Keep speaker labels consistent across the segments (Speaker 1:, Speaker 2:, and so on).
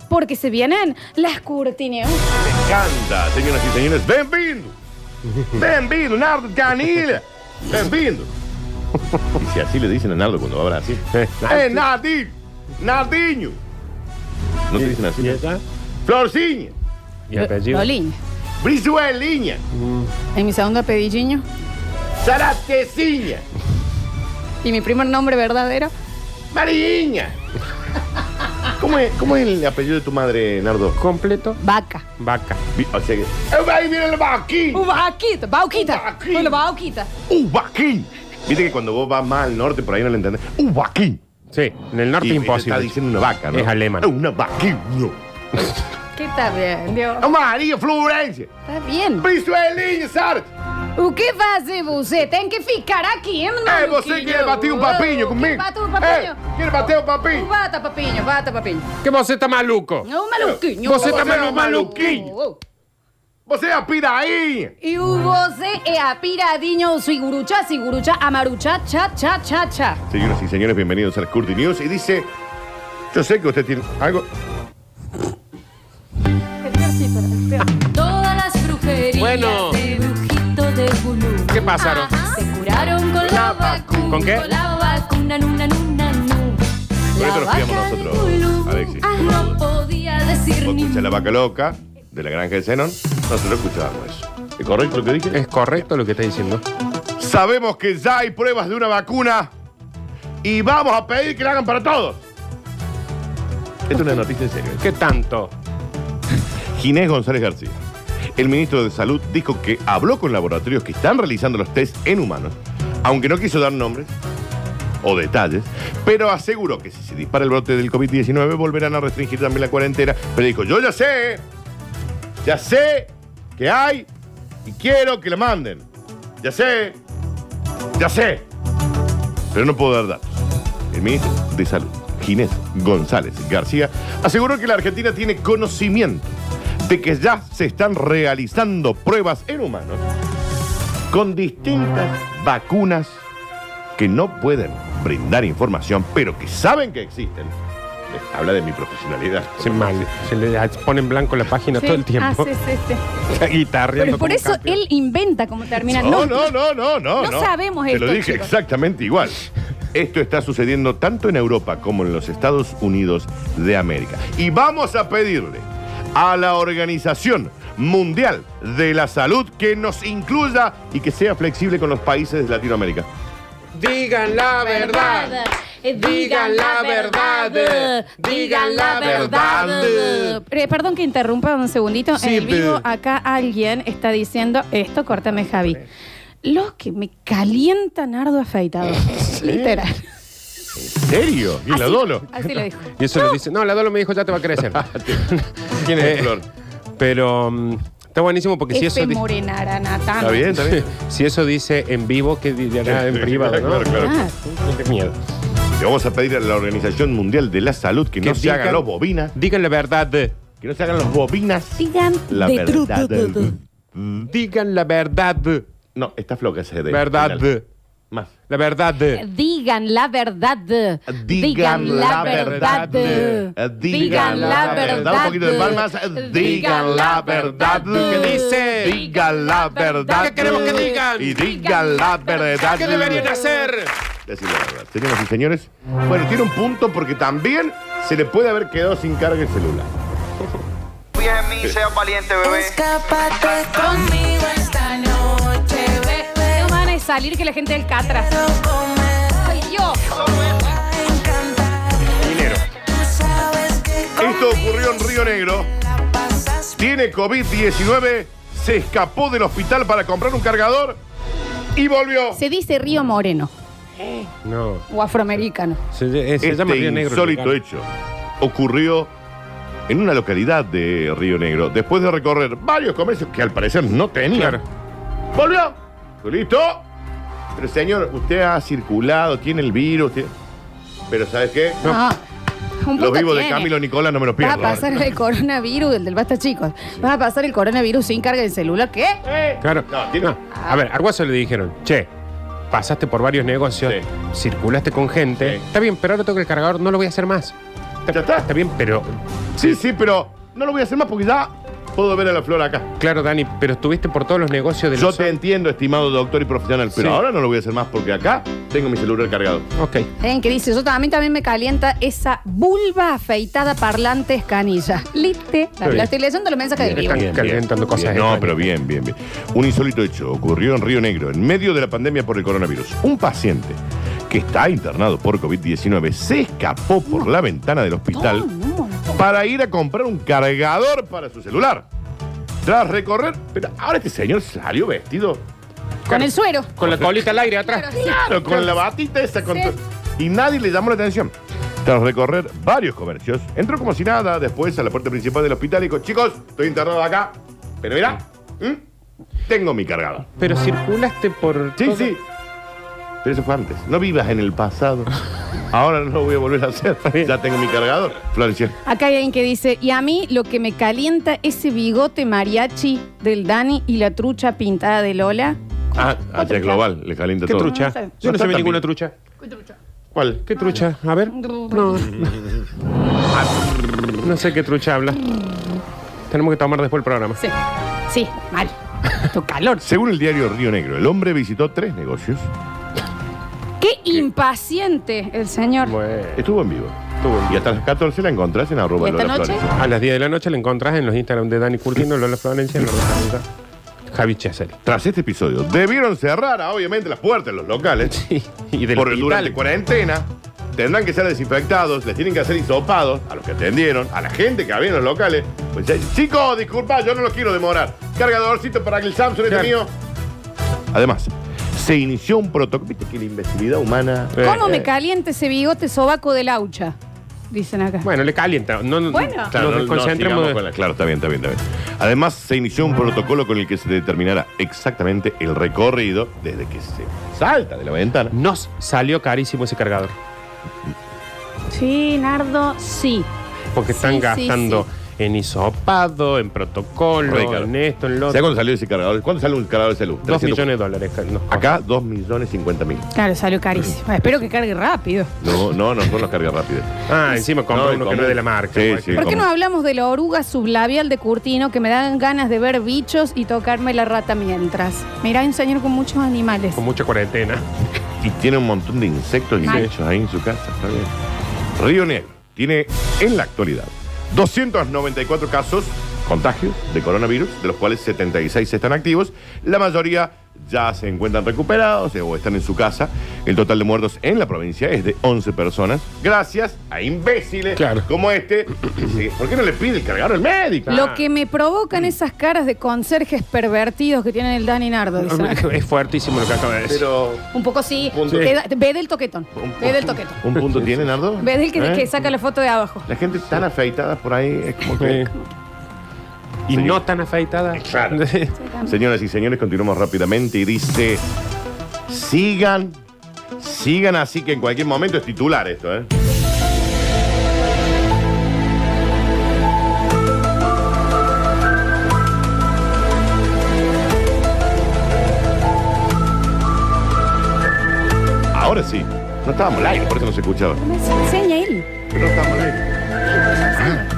Speaker 1: porque se vienen las curtineos.
Speaker 2: Me encanta, señoras y señores. Bienvenido. Bienvenido, Nardo Canile. Bienvenido. Y si así le dicen a Nardo cuando va a Brasil. ¡Eh, Nardinho! ¡Nardiño! ¿No te dicen así?
Speaker 3: ¿Y ella?
Speaker 2: Florciña,
Speaker 3: ¿Y apellido?
Speaker 1: Lolín.
Speaker 2: Brizueliña,
Speaker 1: En mi segundo pedilliño.
Speaker 2: Zarateciña,
Speaker 1: Y mi primer nombre verdadero.
Speaker 2: Mariña. ¿Cómo es, ¿Cómo es el apellido de tu madre, Nardo?
Speaker 3: Completo.
Speaker 1: Vaca.
Speaker 3: Vaca.
Speaker 2: Vi- O sea que. ¡Eh, ahí viene el vaquín!
Speaker 1: Uh, Vaquita. Bauquita.
Speaker 2: Vaquita.
Speaker 1: Hola, Bauquita.
Speaker 2: ¡Ubaquín! Viste que cuando vos vas más al norte, por ahí no lo entendés. ¡Ubaquín!
Speaker 3: Sí, en el norte
Speaker 2: Y
Speaker 3: imposible.
Speaker 2: Está diciendo una vaca, ¿no?
Speaker 3: Es alemán.
Speaker 2: Es Una vaquilla.
Speaker 1: ¿Qué está bien, Dios?
Speaker 2: María Florencia.
Speaker 1: Está bien. Uh,
Speaker 2: Brizuelinha, Sart.
Speaker 1: O que fazer você? Tem que ficar aqui, hein,
Speaker 2: Eh, você quiere batir un
Speaker 4: Uh,
Speaker 2: papiño
Speaker 1: Quer
Speaker 2: conmigo.
Speaker 1: bater um
Speaker 2: Eh,
Speaker 1: papinho?
Speaker 2: quiere bater un
Speaker 1: Um
Speaker 2: papinho.
Speaker 1: Bata, papinho, bata, papinho.
Speaker 3: ¿Qué vos está maluco?
Speaker 1: Um maluquinho.
Speaker 3: Você
Speaker 1: um
Speaker 3: tá
Speaker 1: maluquinho.
Speaker 3: malu- maluquinho.
Speaker 1: Oh, oh.
Speaker 2: Você é a pirainha.
Speaker 1: E o você é a piradinho, sigurucha, sigurucha, amarucha, cha, cha, cha, cha.
Speaker 2: Señoras y señores, bienvenidos a Curti News. Y dice, yo sé que usted tiene algo...
Speaker 4: Todas las brujerías
Speaker 3: Bueno.
Speaker 4: de brujito de Gulú.
Speaker 3: ¿Qué pasaron?
Speaker 4: Ajá. Se curaron con la vacuna.
Speaker 3: ¿Con qué?
Speaker 4: la vacuna, nuna, nuna, nu.
Speaker 2: Por
Speaker 4: La
Speaker 2: eso nos criamos
Speaker 4: vaca
Speaker 2: nosotros,
Speaker 4: de Gulú.
Speaker 2: Alexis.
Speaker 4: Ah, No podía decir
Speaker 2: Vos
Speaker 4: ni
Speaker 2: escuchás
Speaker 4: mu.
Speaker 2: la vaca loca de la granja de Zenon. Nosotros escuchábamos eso. ¿Es correcto lo que dije?
Speaker 3: Es correcto lo que está diciendo.
Speaker 2: Sabemos que ya hay pruebas de una vacuna y vamos a pedir que la hagan para todos. Esto es una noticia en serio.
Speaker 3: ¿Qué tanto?
Speaker 2: Ginés González García, el ministro de Salud, dijo que habló con laboratorios que están realizando los test en humanos, aunque no quiso dar nombres o detalles, pero aseguró que si se dispara el brote del COVID-19 volverán a restringir también la cuarentena. Pero dijo, yo ya sé, ya sé que hay y quiero que la manden. Ya sé, ya sé, pero no puedo dar datos. El ministro de Salud, Ginés González García, aseguró que la Argentina tiene conocimiento de que ya se están realizando pruebas en humanos con distintas vacunas que no pueden brindar información, pero que saben que existen. Habla de mi profesionalidad.
Speaker 3: Se mal. Se le pone en blanco la página todo el tiempo.
Speaker 1: Ah, sí, sí, sí.
Speaker 3: Está guitarreando
Speaker 1: Pero por
Speaker 3: como
Speaker 1: eso
Speaker 3: campeón.
Speaker 1: él inventa cómo termina.
Speaker 2: No, no, no, no, no.
Speaker 1: No sabemos
Speaker 2: Te lo
Speaker 1: esto,
Speaker 2: dije
Speaker 1: chicos.
Speaker 2: exactamente igual. Esto está sucediendo tanto en Europa como en los Estados Unidos de América. Y vamos a pedirle a la Organización Mundial de la Salud que nos incluya y que sea flexible con los países de Latinoamérica.
Speaker 3: Digan la verdad.
Speaker 4: Eh, Digan la verdad. Digan la verdad.
Speaker 1: Eh, perdón que interrumpa un segundito.
Speaker 3: Sí,
Speaker 1: en el vivo,
Speaker 3: pero-
Speaker 1: acá alguien está diciendo esto, córtame, Javi. Los que me calientan ardo afeitado. Literal.
Speaker 2: ¿En serio? Y la
Speaker 1: Así-
Speaker 2: dolo.
Speaker 1: Así lo dijo.
Speaker 3: Y eso lo dice. No, la Dolo me dijo ya te va a crecer.
Speaker 2: ¿Quién es
Speaker 3: Eh,
Speaker 2: Flor?
Speaker 3: Pero mm, está buenísimo porque si eso.
Speaker 1: F.
Speaker 3: di-
Speaker 1: Morena Aranatana.
Speaker 2: Está bien, está bien.
Speaker 3: Si eso dice en vivo, ¿qué dirá en privado? ¿no?
Speaker 2: Claro, claro.
Speaker 1: Ah,
Speaker 3: Qué miedo.
Speaker 2: Le vamos a pedir a la Organización Mundial de la Salud que, no se
Speaker 3: digan-
Speaker 2: hagan los bobinas.
Speaker 3: Digan la verdad.
Speaker 2: Que no se hagan los bobinas.
Speaker 1: digan
Speaker 2: La
Speaker 1: de tru-
Speaker 2: verdad.
Speaker 1: tru- tru-
Speaker 3: Digan la verdad.
Speaker 2: No, está floja ese de.
Speaker 3: Verdad.
Speaker 2: final. Más.
Speaker 3: La verdad.
Speaker 1: Digan la verdad.
Speaker 2: Digan la verdad.
Speaker 1: Digan la
Speaker 2: Da un
Speaker 1: verdad.
Speaker 2: poquito de palmas. Digan la verdad.
Speaker 3: ¿Qué dice?
Speaker 2: Digan la verdad.
Speaker 3: ¿Qué queremos que digan?
Speaker 2: Y digan la verdad.
Speaker 3: ¿Qué deberían hacer?
Speaker 2: Decir la verdad. Señoras y señores. Bueno, tiene un punto porque también se le puede haber quedado sin carga el celular.
Speaker 5: mí, seas valiente, bebé.
Speaker 6: Escápate conmigo esta noche, bebé.
Speaker 1: No van a salir que la gente del Catras.
Speaker 6: Quiero comer,
Speaker 1: ¡Ay, Dios!
Speaker 6: va a encantar.
Speaker 2: Minero.
Speaker 6: Tú sabes que
Speaker 2: Esto ocurrió en Río Negro.
Speaker 6: la pasas
Speaker 2: Tiene COVID-19, se escapó del hospital para comprar un cargador y volvió.
Speaker 1: Se dice Río Moreno
Speaker 3: No.
Speaker 1: o afroamericano.
Speaker 3: Se, eh, se llama Río
Speaker 2: este
Speaker 3: Negro.
Speaker 2: insólito
Speaker 3: local.
Speaker 2: hecho ocurrió en una localidad de Río Negro. Después de recorrer varios comercios que al parecer no tenían,
Speaker 3: Claro.
Speaker 2: volvió. ¿Listo? Pero señor, usted ha circulado, tiene el virus. tiene- Pero ¿sabes qué?
Speaker 1: Ah, un
Speaker 2: Los
Speaker 1: punto
Speaker 2: vivos de
Speaker 1: tiene.
Speaker 2: Camilo Nicolás no me los
Speaker 1: Va
Speaker 2: pierdo.
Speaker 1: a pasar el coronavirus, el del basta chicos. Va a pasar el coronavirus sin carga de celular. ¿Qué?
Speaker 2: Eh,
Speaker 3: Claro.
Speaker 2: No, tiene-
Speaker 3: No, A ver, a Guaso le dijeron, che, pasaste por varios negocios, circulaste con gente.
Speaker 2: Sí.
Speaker 3: Está bien, pero ahora toca el cargador, no lo voy a hacer más.
Speaker 2: Ya está.
Speaker 3: Está bien, pero.
Speaker 2: Sí, sí, pero no lo voy a hacer más porque ya puedo ver a la flor acá.
Speaker 3: Claro, Dani, pero estuviste por todos los negocios de
Speaker 2: Yo
Speaker 3: los-
Speaker 2: te entiendo, estimado doctor y profesional, pero
Speaker 3: Sí.
Speaker 2: ahora no lo voy a hacer más porque acá tengo mi celular cargado.
Speaker 3: Ok.
Speaker 1: Ven, que dice, yo también, también me calienta esa vulva afeitada parlante escanilla. Liste. La,
Speaker 3: bien.
Speaker 1: la estoy leyendo los mensajes de vivo.
Speaker 3: Están calentando cosas.
Speaker 2: Bien, no,
Speaker 3: extrañas.
Speaker 2: pero bien, bien, bien. Un insólito hecho ocurrió en Río Negro, en medio de la pandemia por el coronavirus. Un paciente que está internado por COVID-19 se escapó por la ventana del hospital
Speaker 1: Ah,
Speaker 2: para ir a comprar un cargador para su celular. Tras recorrer, pero ahora este señor salió vestido.
Speaker 1: Con el suero.
Speaker 3: Con la colita al aire atrás.
Speaker 1: Pero sí.
Speaker 2: Claro, con la batita esa. con
Speaker 1: Sí.
Speaker 2: todo. Y nadie le llamó la atención. Tras recorrer varios comercios, entró como si nada después a la puerta principal del hospital y dijo, chicos, estoy internado acá, pero mirá, ¿Mm? tengo mi cargador.
Speaker 3: Pero circulaste por.
Speaker 2: Sí,
Speaker 3: todo-
Speaker 2: sí. Pero eso fue antes. No vivas en el pasado. Ahora no lo voy a volver a hacer. Ya tengo mi cargador. Florencia.
Speaker 1: Acá hay alguien que dice, y a mí lo que me calienta ese bigote mariachi del Dani y la trucha pintada de Lola.
Speaker 2: Ah, allá es global. Le calienta
Speaker 3: ¿Qué
Speaker 2: todo.
Speaker 3: trucha?
Speaker 1: No sé.
Speaker 3: Yo no
Speaker 2: está
Speaker 3: se ve
Speaker 2: tan
Speaker 3: ninguna
Speaker 2: bien.
Speaker 3: trucha.
Speaker 2: ¿Cuál?
Speaker 3: ¿Qué trucha? A ver. No. No sé qué trucha habla. Tenemos que tomar después el programa.
Speaker 1: Sí, sí, mal. Tu calor.
Speaker 2: Según el diario Río Negro, el hombre visitó tres negocios.
Speaker 1: Qué impaciente el señor.
Speaker 3: Bueno.
Speaker 2: Estuvo en vivo. Y hasta las 14 la encontrás en arroba
Speaker 1: ¿Y esta
Speaker 2: Lola
Speaker 1: noche?
Speaker 2: Florencia.
Speaker 3: A las 10 de la noche la encontrás en los Instagram de Dani Curtino, Lola Florencia, Lola Florencia, Javi Chesel.
Speaker 2: Tras este episodio, debieron cerrar, ah, obviamente, las puertas de los locales.
Speaker 3: Y del
Speaker 2: por
Speaker 3: hospital.
Speaker 2: durante cuarentena. Tendrán que ser desinfectados, les tienen que hacer hisopados a los que atendieron, a la gente que había en los locales. Pues, eh, chicos, disculpa, yo no los quiero demorar. Cargadorcito para que el Samsung este
Speaker 3: Claro.
Speaker 2: mío. Además, se inició un protocolo. Viste que la imbecilidad humana.
Speaker 3: Eh,
Speaker 1: ¿Cómo
Speaker 3: eh,
Speaker 1: me calienta ese bigote sobaco de laucha? Dicen acá.
Speaker 3: Bueno, le calienta. No, no-
Speaker 1: Bueno.
Speaker 2: Claro,
Speaker 3: nos
Speaker 2: no- no
Speaker 3: desconcentremos
Speaker 2: sigamos
Speaker 3: de-
Speaker 2: con la- claro, está bien, está bien, está bien. Además, se inició un protocolo con el que se determinará exactamente el recorrido desde que se salta de la ventana.
Speaker 3: Nos salió carísimo ese cargador.
Speaker 1: Sí, Nardo, sí.
Speaker 3: Porque
Speaker 1: Sí,
Speaker 3: están
Speaker 1: sí,
Speaker 3: gastando en hisopado, en protocolo,
Speaker 2: Re caro.
Speaker 3: en esto, en lo
Speaker 2: ¿Sabes
Speaker 3: otro.
Speaker 2: cuándo salió ese cargador? ¿Cuándo sale un cargador de salud?
Speaker 3: Dos millones de dólares. no.
Speaker 2: Acá, 2 millones 50 mil.
Speaker 1: Claro, salió carísimo. Espero que cargue rápido.
Speaker 2: No, no, no son las cargas rápidas.
Speaker 3: Ah, encima compró
Speaker 2: No,
Speaker 3: uno que
Speaker 2: compré.
Speaker 3: no es de la marca. pues,
Speaker 2: Sí,
Speaker 3: güey.
Speaker 2: sí.
Speaker 1: ¿Por qué
Speaker 2: ¿cómo?
Speaker 1: no hablamos de la oruga sublabial de Curtino que me dan ganas de ver bichos y tocarme la rata mientras? Mirá, hay un señor con muchos animales.
Speaker 3: Con mucha cuarentena.
Speaker 2: Y tiene un montón de insectos y
Speaker 1: Mal.
Speaker 2: bichos ahí en su casa. Está bien. Río Negro tiene en la actualidad 294 casos contagios de coronavirus, de los cuales 76 están activos. La mayoría ya se encuentran recuperados eh, o están en su casa. El total de muertos en la provincia es de 11 personas. Gracias a imbéciles
Speaker 3: Claro.
Speaker 2: como este. Sí, ¿Por qué no le pide el cargador al médico? Ah.
Speaker 1: Lo que me provocan esas caras de conserjes pervertidos que tienen el Dani Nardo. dicen acá.
Speaker 3: es fuertísimo lo que acaba de decir.
Speaker 2: Pero
Speaker 1: Un poco sí.
Speaker 2: Punto.
Speaker 1: Te da- Ve del toquetón. Ve del toquetón.
Speaker 2: ¿Un punto tiene, Nardo?
Speaker 1: Ve del que,
Speaker 2: ¿Eh?
Speaker 1: que saca la foto de abajo.
Speaker 2: La gente tan afeitada por ahí es como que...
Speaker 3: Sí. Y
Speaker 2: Sí.
Speaker 3: no tan afeitada.
Speaker 2: Claro. Señoras y señores, continuamos rápidamente y dice... Sigan, sigan así que en cualquier momento es titular esto, ¿eh? Ahora sí. No estábamos al aire, por eso no se escuchaba.
Speaker 1: Me enseña él.
Speaker 2: No estábamos al aire.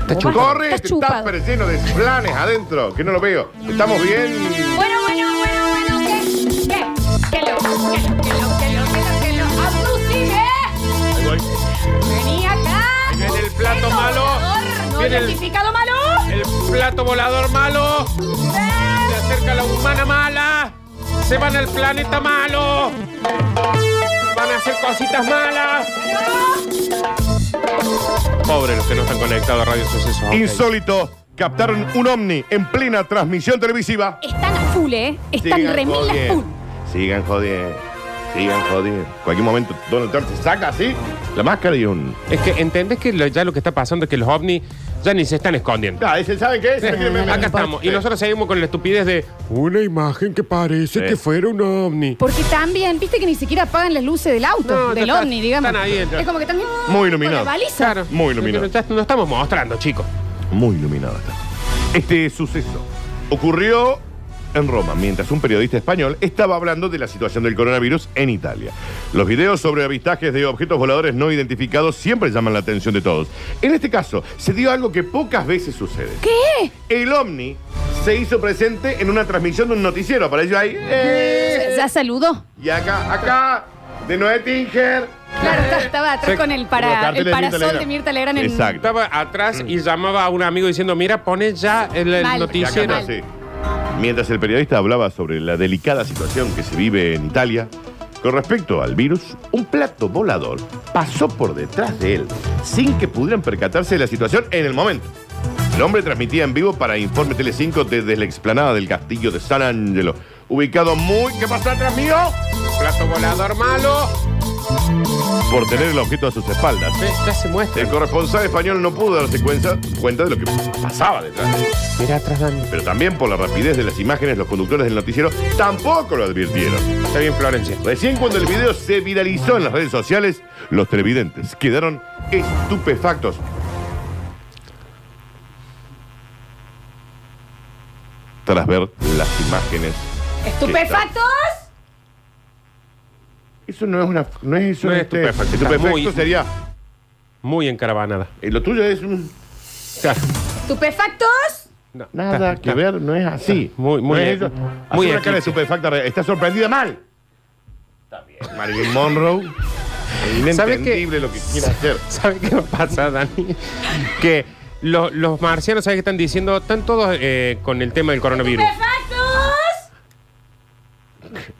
Speaker 3: Está
Speaker 1: chupado.
Speaker 2: Corre,
Speaker 1: Estás
Speaker 2: este
Speaker 1: chupado.
Speaker 2: tupper lleno de planes adentro, que no lo veo. Estamos bien.
Speaker 4: Bueno, bueno, bueno, bueno, ¿qué? ¿Qué? ¿Qué lo, qué lo, qué lo, qué lo, qué lo, qué lo? ¡Abducime! Vení acá.
Speaker 3: viene el plato malo.
Speaker 4: Obrador, No
Speaker 3: Viene el-
Speaker 4: identificado malo.
Speaker 3: El plato volador malo. Se acerca la humana mala. Se van al planeta malo. Van a hacer cositas malas. Pobre los que no están conectados a Radio Suceso. Ok.
Speaker 2: Insólito. Captaron un ovni en plena transmisión televisiva.
Speaker 1: Están a full, ¿eh? Están
Speaker 2: Sigan
Speaker 1: remil a full.
Speaker 2: jodiendo. Sigan jodiendo. Sigan jodiendo. En cualquier momento Donald Trump se saca así la máscara y un...
Speaker 3: Es que entendés que lo- ya lo que está pasando es que los ovnis ya ni se están escondiendo.
Speaker 2: Ah, ese, ¿saben qué? Se me quieren meter.
Speaker 3: Eh, Acá estamos. Y nosotros seguimos con la estupidez de una imagen que parece
Speaker 2: Sí.
Speaker 3: que fuera un ovni.
Speaker 1: Porque también, viste que ni siquiera apagan las luces del auto,
Speaker 3: No, ya
Speaker 1: del
Speaker 3: está-
Speaker 1: ovni, digamos.
Speaker 3: están ahí, ya.
Speaker 1: es como que también.
Speaker 2: Muy iluminado.
Speaker 1: Con la baliza.
Speaker 3: Claro.
Speaker 2: Muy iluminado.
Speaker 3: Pero ya No estamos mostrando, chicos.
Speaker 2: Muy iluminada está. Este suceso ocurrió en Roma, mientras un periodista español estaba hablando de la situación del coronavirus en Italia. Los videos sobre avistajes de objetos voladores no identificados siempre llaman la atención de todos. En este caso, se dio algo que pocas veces sucede.
Speaker 1: ¿Qué?
Speaker 2: El ovni se hizo presente en una transmisión de un noticiero. Apareció ahí. ¡eh!
Speaker 1: Ya saludó.
Speaker 2: Y acá, acá, de Noé Tinger.
Speaker 1: Claro, está- estaba atrás
Speaker 3: Sí,
Speaker 1: con el,
Speaker 2: Con los
Speaker 1: para,
Speaker 2: carteles de
Speaker 1: el
Speaker 2: Mirta
Speaker 1: parasol
Speaker 2: Legrand.
Speaker 1: de Mirta Legrand en.
Speaker 2: Exacto.
Speaker 3: Estaba atrás y llamaba a un amigo diciendo, mira, pone ya el,
Speaker 1: Mal.
Speaker 3: el
Speaker 2: Y acá
Speaker 3: noticiero.
Speaker 2: está, sí. Mientras el periodista hablaba sobre la delicada situación que se vive en Italia, con respecto al virus, un plato volador pasó por detrás de él, sin que pudieran percatarse de la situación en el momento. El hombre transmitía en vivo para Informe Tele5 desde la explanada del castillo de San Angelo, ubicado muy... ¿Qué pasó atrás mío?
Speaker 3: Plato volador malo.
Speaker 2: Por tener el objeto a sus espaldas.
Speaker 3: Ve, Ya se muestra.
Speaker 2: El corresponsal español no pudo darse cuenta, cuenta de lo que pasaba detrás.
Speaker 3: Mira atrás, Dani.
Speaker 2: Pero también por la rapidez de las imágenes, los conductores del noticiero tampoco lo advirtieron.
Speaker 3: Está bien, Florencia.
Speaker 2: Recién cuando el video se viralizó en las redes sociales, los televidentes quedaron estupefactos. Tras ver las imágenes.
Speaker 1: ¡Estupefactos!
Speaker 2: Eso no es una. No es eso.
Speaker 3: No es
Speaker 2: este,
Speaker 3: estupefacto, está
Speaker 2: estupefacto
Speaker 3: muy-
Speaker 2: sería.
Speaker 3: Muy encaravanada.
Speaker 2: eh, lo tuyo es un-
Speaker 3: Claro.
Speaker 1: ¡Estupefactos!
Speaker 3: No,
Speaker 2: nada
Speaker 3: está-
Speaker 2: que ver, no es así.
Speaker 3: Muy- muy
Speaker 2: No es
Speaker 3: bien.
Speaker 2: eso. Hace
Speaker 3: Muy
Speaker 2: una cara
Speaker 3: eclipse.
Speaker 2: estupefacta. Está sorprendida mal. Está bien. Marilyn Monroe. Es
Speaker 3: ¿Sabes qué?
Speaker 2: inentendible lo que quiere hacer.
Speaker 3: ¿Sabe qué va a pasar, Dani? Que lo- los marcianos, ¿sabes qué están diciendo? Están todos eh, con el tema del coronavirus.
Speaker 1: ¡Estupefactos!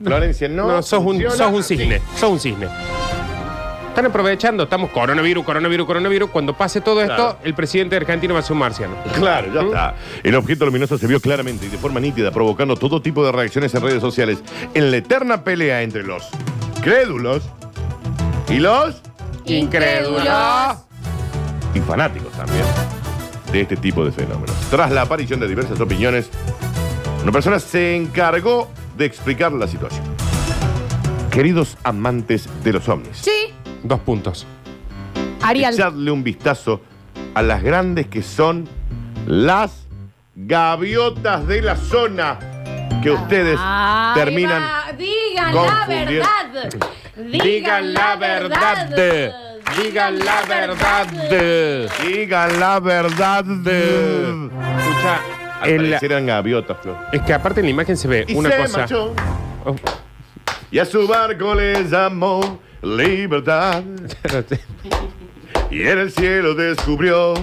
Speaker 2: Florencia, no.
Speaker 3: No, sos un,
Speaker 2: funciona
Speaker 3: sos un
Speaker 2: así.
Speaker 3: cisne. Sos un cisne. Están aprovechando, estamos coronavirus, coronavirus, coronavirus. Cuando pase todo esto,
Speaker 2: Claro.
Speaker 3: el presidente argentino va a ser un marciano.
Speaker 2: Claro, ya está. El objeto luminoso se vio claramente y de forma nítida, provocando todo tipo de reacciones en redes sociales, en la eterna pelea entre los crédulos y los
Speaker 1: Incrédulos.
Speaker 2: y fanáticos también de este tipo de fenómenos. Tras la aparición de diversas opiniones, una persona se encargó de explicar la situación. Queridos amantes de los ovnis,
Speaker 1: Sí.
Speaker 3: Dos puntos.
Speaker 1: Arial.
Speaker 2: echadle un vistazo a las grandes que son las gaviotas de la zona que ustedes
Speaker 1: Ahí
Speaker 2: terminan.
Speaker 1: va. Digan la
Speaker 2: confundiendo.
Speaker 1: verdad.
Speaker 3: Digan la verdad. Digan la verdad.
Speaker 2: Digan la verdad. De...
Speaker 3: Escucha,
Speaker 2: Al
Speaker 3: en la-
Speaker 2: parecer eran gaviotas, Flor.
Speaker 3: es que aparte en la imagen se ve
Speaker 2: Y
Speaker 3: una
Speaker 2: se
Speaker 3: cosa.
Speaker 2: marchó,
Speaker 3: Oh.
Speaker 2: y a su barco le llamó libertad. Y en el cielo descubrió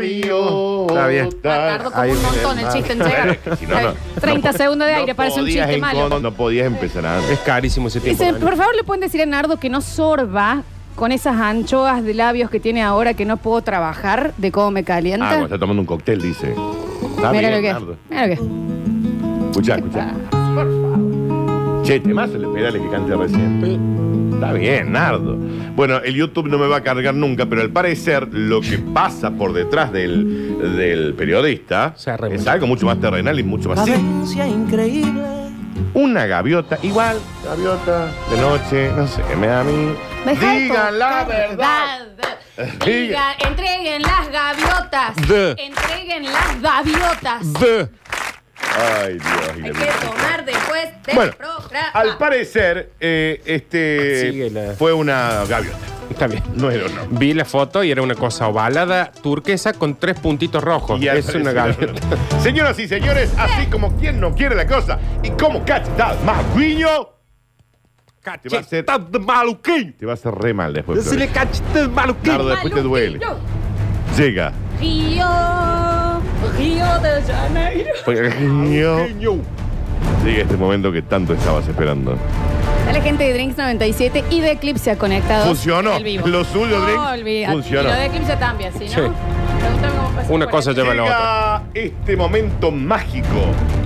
Speaker 3: Está
Speaker 2: gaviotas.
Speaker 3: bien.
Speaker 1: Tardó como un montón el chiste en llegar.
Speaker 2: Si no, no.
Speaker 1: 30
Speaker 2: No po-
Speaker 1: segundos de
Speaker 2: no
Speaker 1: aire, parece un
Speaker 2: podías
Speaker 1: chiste
Speaker 2: encon-
Speaker 1: malo.
Speaker 2: No podías empezar antes.
Speaker 3: es carísimo ese tiempo.
Speaker 1: Dice,
Speaker 3: Dani.
Speaker 1: por favor, le pueden decir a Nardo que no sorba con esas anchoas de labios que tiene ahora que no puedo trabajar de cómo me
Speaker 2: Ah,
Speaker 1: calienta.
Speaker 2: cuando está tomando un cóctel, dice. Está
Speaker 1: Mira
Speaker 2: bien,
Speaker 1: lo que es.
Speaker 2: Nardo.
Speaker 1: Mira lo que es.
Speaker 2: Escuchá, escuchá. Che, temazo el pedale que cante recién. Está bien, Nardo. Bueno, el YouTube no me va a cargar nunca, pero al parecer lo que pasa por detrás del, del periodista
Speaker 3: Se arregla.
Speaker 2: es algo mucho más terrenal y mucho más simple.
Speaker 6: Cadencia increíble.
Speaker 2: Una gaviota, igual, gaviota, de noche, no sé, me da a mí.
Speaker 1: Deja de
Speaker 2: Digan la
Speaker 1: tocar
Speaker 2: verdad.
Speaker 1: Diga, entreguen las gaviotas.
Speaker 3: De.
Speaker 1: Entreguen las gaviotas.
Speaker 3: De-
Speaker 2: Ay, Dios. y
Speaker 1: Hay
Speaker 2: la
Speaker 1: que
Speaker 2: vida.
Speaker 1: tomar después del
Speaker 2: Bueno,
Speaker 1: programa.
Speaker 2: al parecer, eh,
Speaker 3: Sigue la-
Speaker 2: este fue una gaviota.
Speaker 3: Está bien.
Speaker 2: No era un hombre.
Speaker 3: Vi la foto y era una cosa ovalada turquesa con tres puntitos rojos.
Speaker 2: Y al
Speaker 3: es una
Speaker 2: parecer-
Speaker 3: gaviota.
Speaker 2: Señoras y señores, así como quien no quiere la cosa y como cachetadas más guiño, va a hacer-
Speaker 3: Cachetad de maluquín.
Speaker 2: te va a hacer re mal después.
Speaker 3: Decirle
Speaker 2: Flores.
Speaker 3: cachetad de maluquín.
Speaker 2: Nardo, después te duele. Llega
Speaker 1: Río. Río de Janeiro.
Speaker 2: Llega este momento que tanto estabas esperando.
Speaker 1: Está la gente de Drinks 97 y de Eclipse ha conectado.
Speaker 2: Funcionó.
Speaker 1: el vivo.
Speaker 2: Lo suyo,
Speaker 1: No,
Speaker 2: Drinks,
Speaker 1: olvídate.
Speaker 2: funcionó.
Speaker 1: Y Lo de Eclipse también, ¿sí, no?
Speaker 3: Sí.
Speaker 1: Pregúntame cómo pasa
Speaker 3: Una
Speaker 1: por
Speaker 3: cosa
Speaker 1: ahí.
Speaker 3: lleva a la otra.
Speaker 2: Llega este momento mágico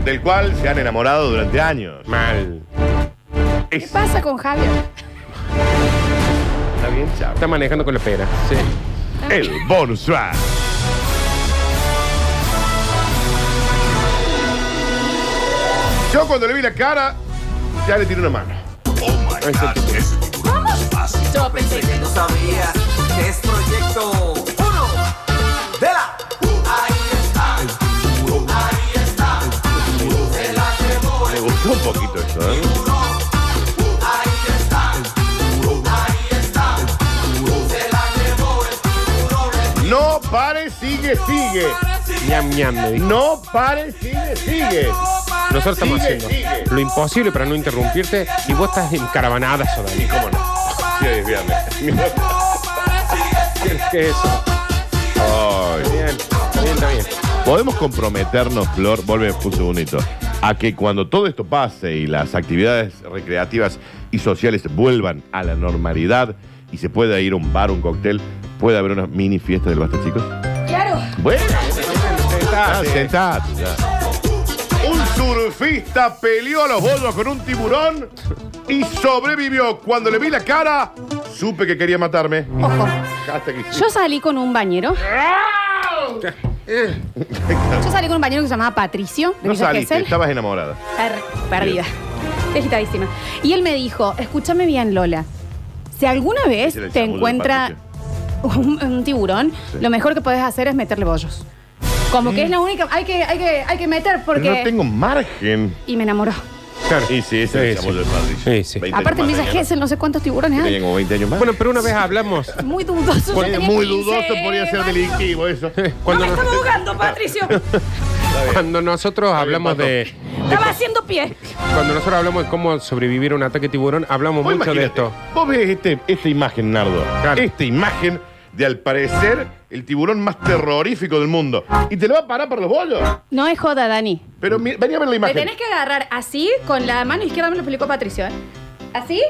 Speaker 2: del cual se han enamorado durante años.
Speaker 3: Mal.
Speaker 1: ¿Qué
Speaker 2: Es-
Speaker 1: pasa con Javier?
Speaker 2: Está bien, chao.
Speaker 3: Está manejando con la pera. Sí.
Speaker 2: El bonus track. Yo cuando le vi la cara, ya le tiré una mano.
Speaker 1: Yo pensé que
Speaker 7: No sabía que es proyecto 1 de la. Ahí está, ahí está, se la llevó
Speaker 2: Me gustó un poquito eso, ¿eh?
Speaker 7: ahí está, ahí está, se la llevó el tiburón.
Speaker 2: No pare, sigue, sigue.
Speaker 3: Ñam, ñam, me dijo.
Speaker 2: No pare, sigue, sigue.
Speaker 3: Nosotros estamos
Speaker 2: Sigue,
Speaker 3: haciendo
Speaker 2: sigue.
Speaker 3: lo imposible para no interrumpirte y vos estás en caravanadas
Speaker 2: ¿Y
Speaker 3: Dani.
Speaker 2: cómo no? Sí, es viernes.
Speaker 3: ¿Qué es eso?
Speaker 2: Ay.
Speaker 3: Bien, está bien, está bien.
Speaker 2: Podemos comprometernos, Flor, vuelve un segundito, a que cuando todo esto pase y las actividades recreativas y sociales vuelvan a la normalidad y se pueda ir a un bar, un cóctel, puede haber una mini fiesta del Basta, chicos.
Speaker 1: Claro.
Speaker 2: Bueno,
Speaker 3: Sentate.
Speaker 2: ya, sentate, ya. Un surfista peleó a los bollos con un tiburón y sobrevivió. Cuando le vi la cara, supe que quería matarme.
Speaker 1: Ojo.
Speaker 2: Hasta que
Speaker 1: Yo salí con un bañero. Yo salí con un bañero que se llamaba Patricio. de
Speaker 2: no
Speaker 1: Villa
Speaker 2: saliste,
Speaker 1: Gesell.
Speaker 2: estabas enamorada.
Speaker 1: Per- Perdida. Estoy agitadísima. Y él me dijo, escúchame bien, Lola. Si alguna vez
Speaker 2: Ese era el
Speaker 1: te
Speaker 2: chamuyo de
Speaker 1: encuentra un, un tiburón,
Speaker 2: Sí. Mm.
Speaker 1: lo mejor que puedes hacer es meterle bollos. Como que es la única... Hay que, hay que, hay que meter
Speaker 2: Pero
Speaker 1: porque...
Speaker 2: no tengo margen.
Speaker 1: Y me enamoró.
Speaker 3: Claro.
Speaker 2: Y sí, ese es
Speaker 3: Sí,
Speaker 2: el
Speaker 3: sí.
Speaker 2: del Padrillo.
Speaker 3: Sí, sí.
Speaker 2: 20
Speaker 1: Aparte en
Speaker 2: años
Speaker 1: Villa
Speaker 2: más,
Speaker 1: Gesell no sé cuántos tiburones
Speaker 2: Tenía
Speaker 1: hay.
Speaker 2: como 20 años más.
Speaker 3: Bueno, pero una vez hablamos.
Speaker 1: Muy dudoso. yo
Speaker 2: Bueno,
Speaker 1: tenía
Speaker 2: muy
Speaker 1: 15,
Speaker 2: dudoso, podría ser
Speaker 1: Mario.
Speaker 2: delictivo eso.
Speaker 1: No
Speaker 3: Cuando,
Speaker 1: "Eh, me
Speaker 3: nos-
Speaker 1: estaba ahogando, Patricio.
Speaker 3: cuando nosotros hablamos
Speaker 2: Eh, Pato.
Speaker 3: de.
Speaker 1: Estaba haciendo pie.
Speaker 3: Cuando nosotros hablamos de cómo sobrevivir a un ataque tiburón, hablamos
Speaker 2: Vos
Speaker 3: mucho de
Speaker 2: imagínate,
Speaker 3: esto.
Speaker 2: Vos ves este, esta imagen, Nardo.
Speaker 3: Claro.
Speaker 2: Esta imagen de al parecer el tiburón más terrorífico del mundo. Y te lo va a parar por los bollos.
Speaker 1: No es joda, Dani.
Speaker 2: Pero mi- venía a ver la
Speaker 1: Te
Speaker 2: imagen.
Speaker 1: tenés que agarrar así, con la mano izquierda, me lo explicó Patricio, ¿eh? Así,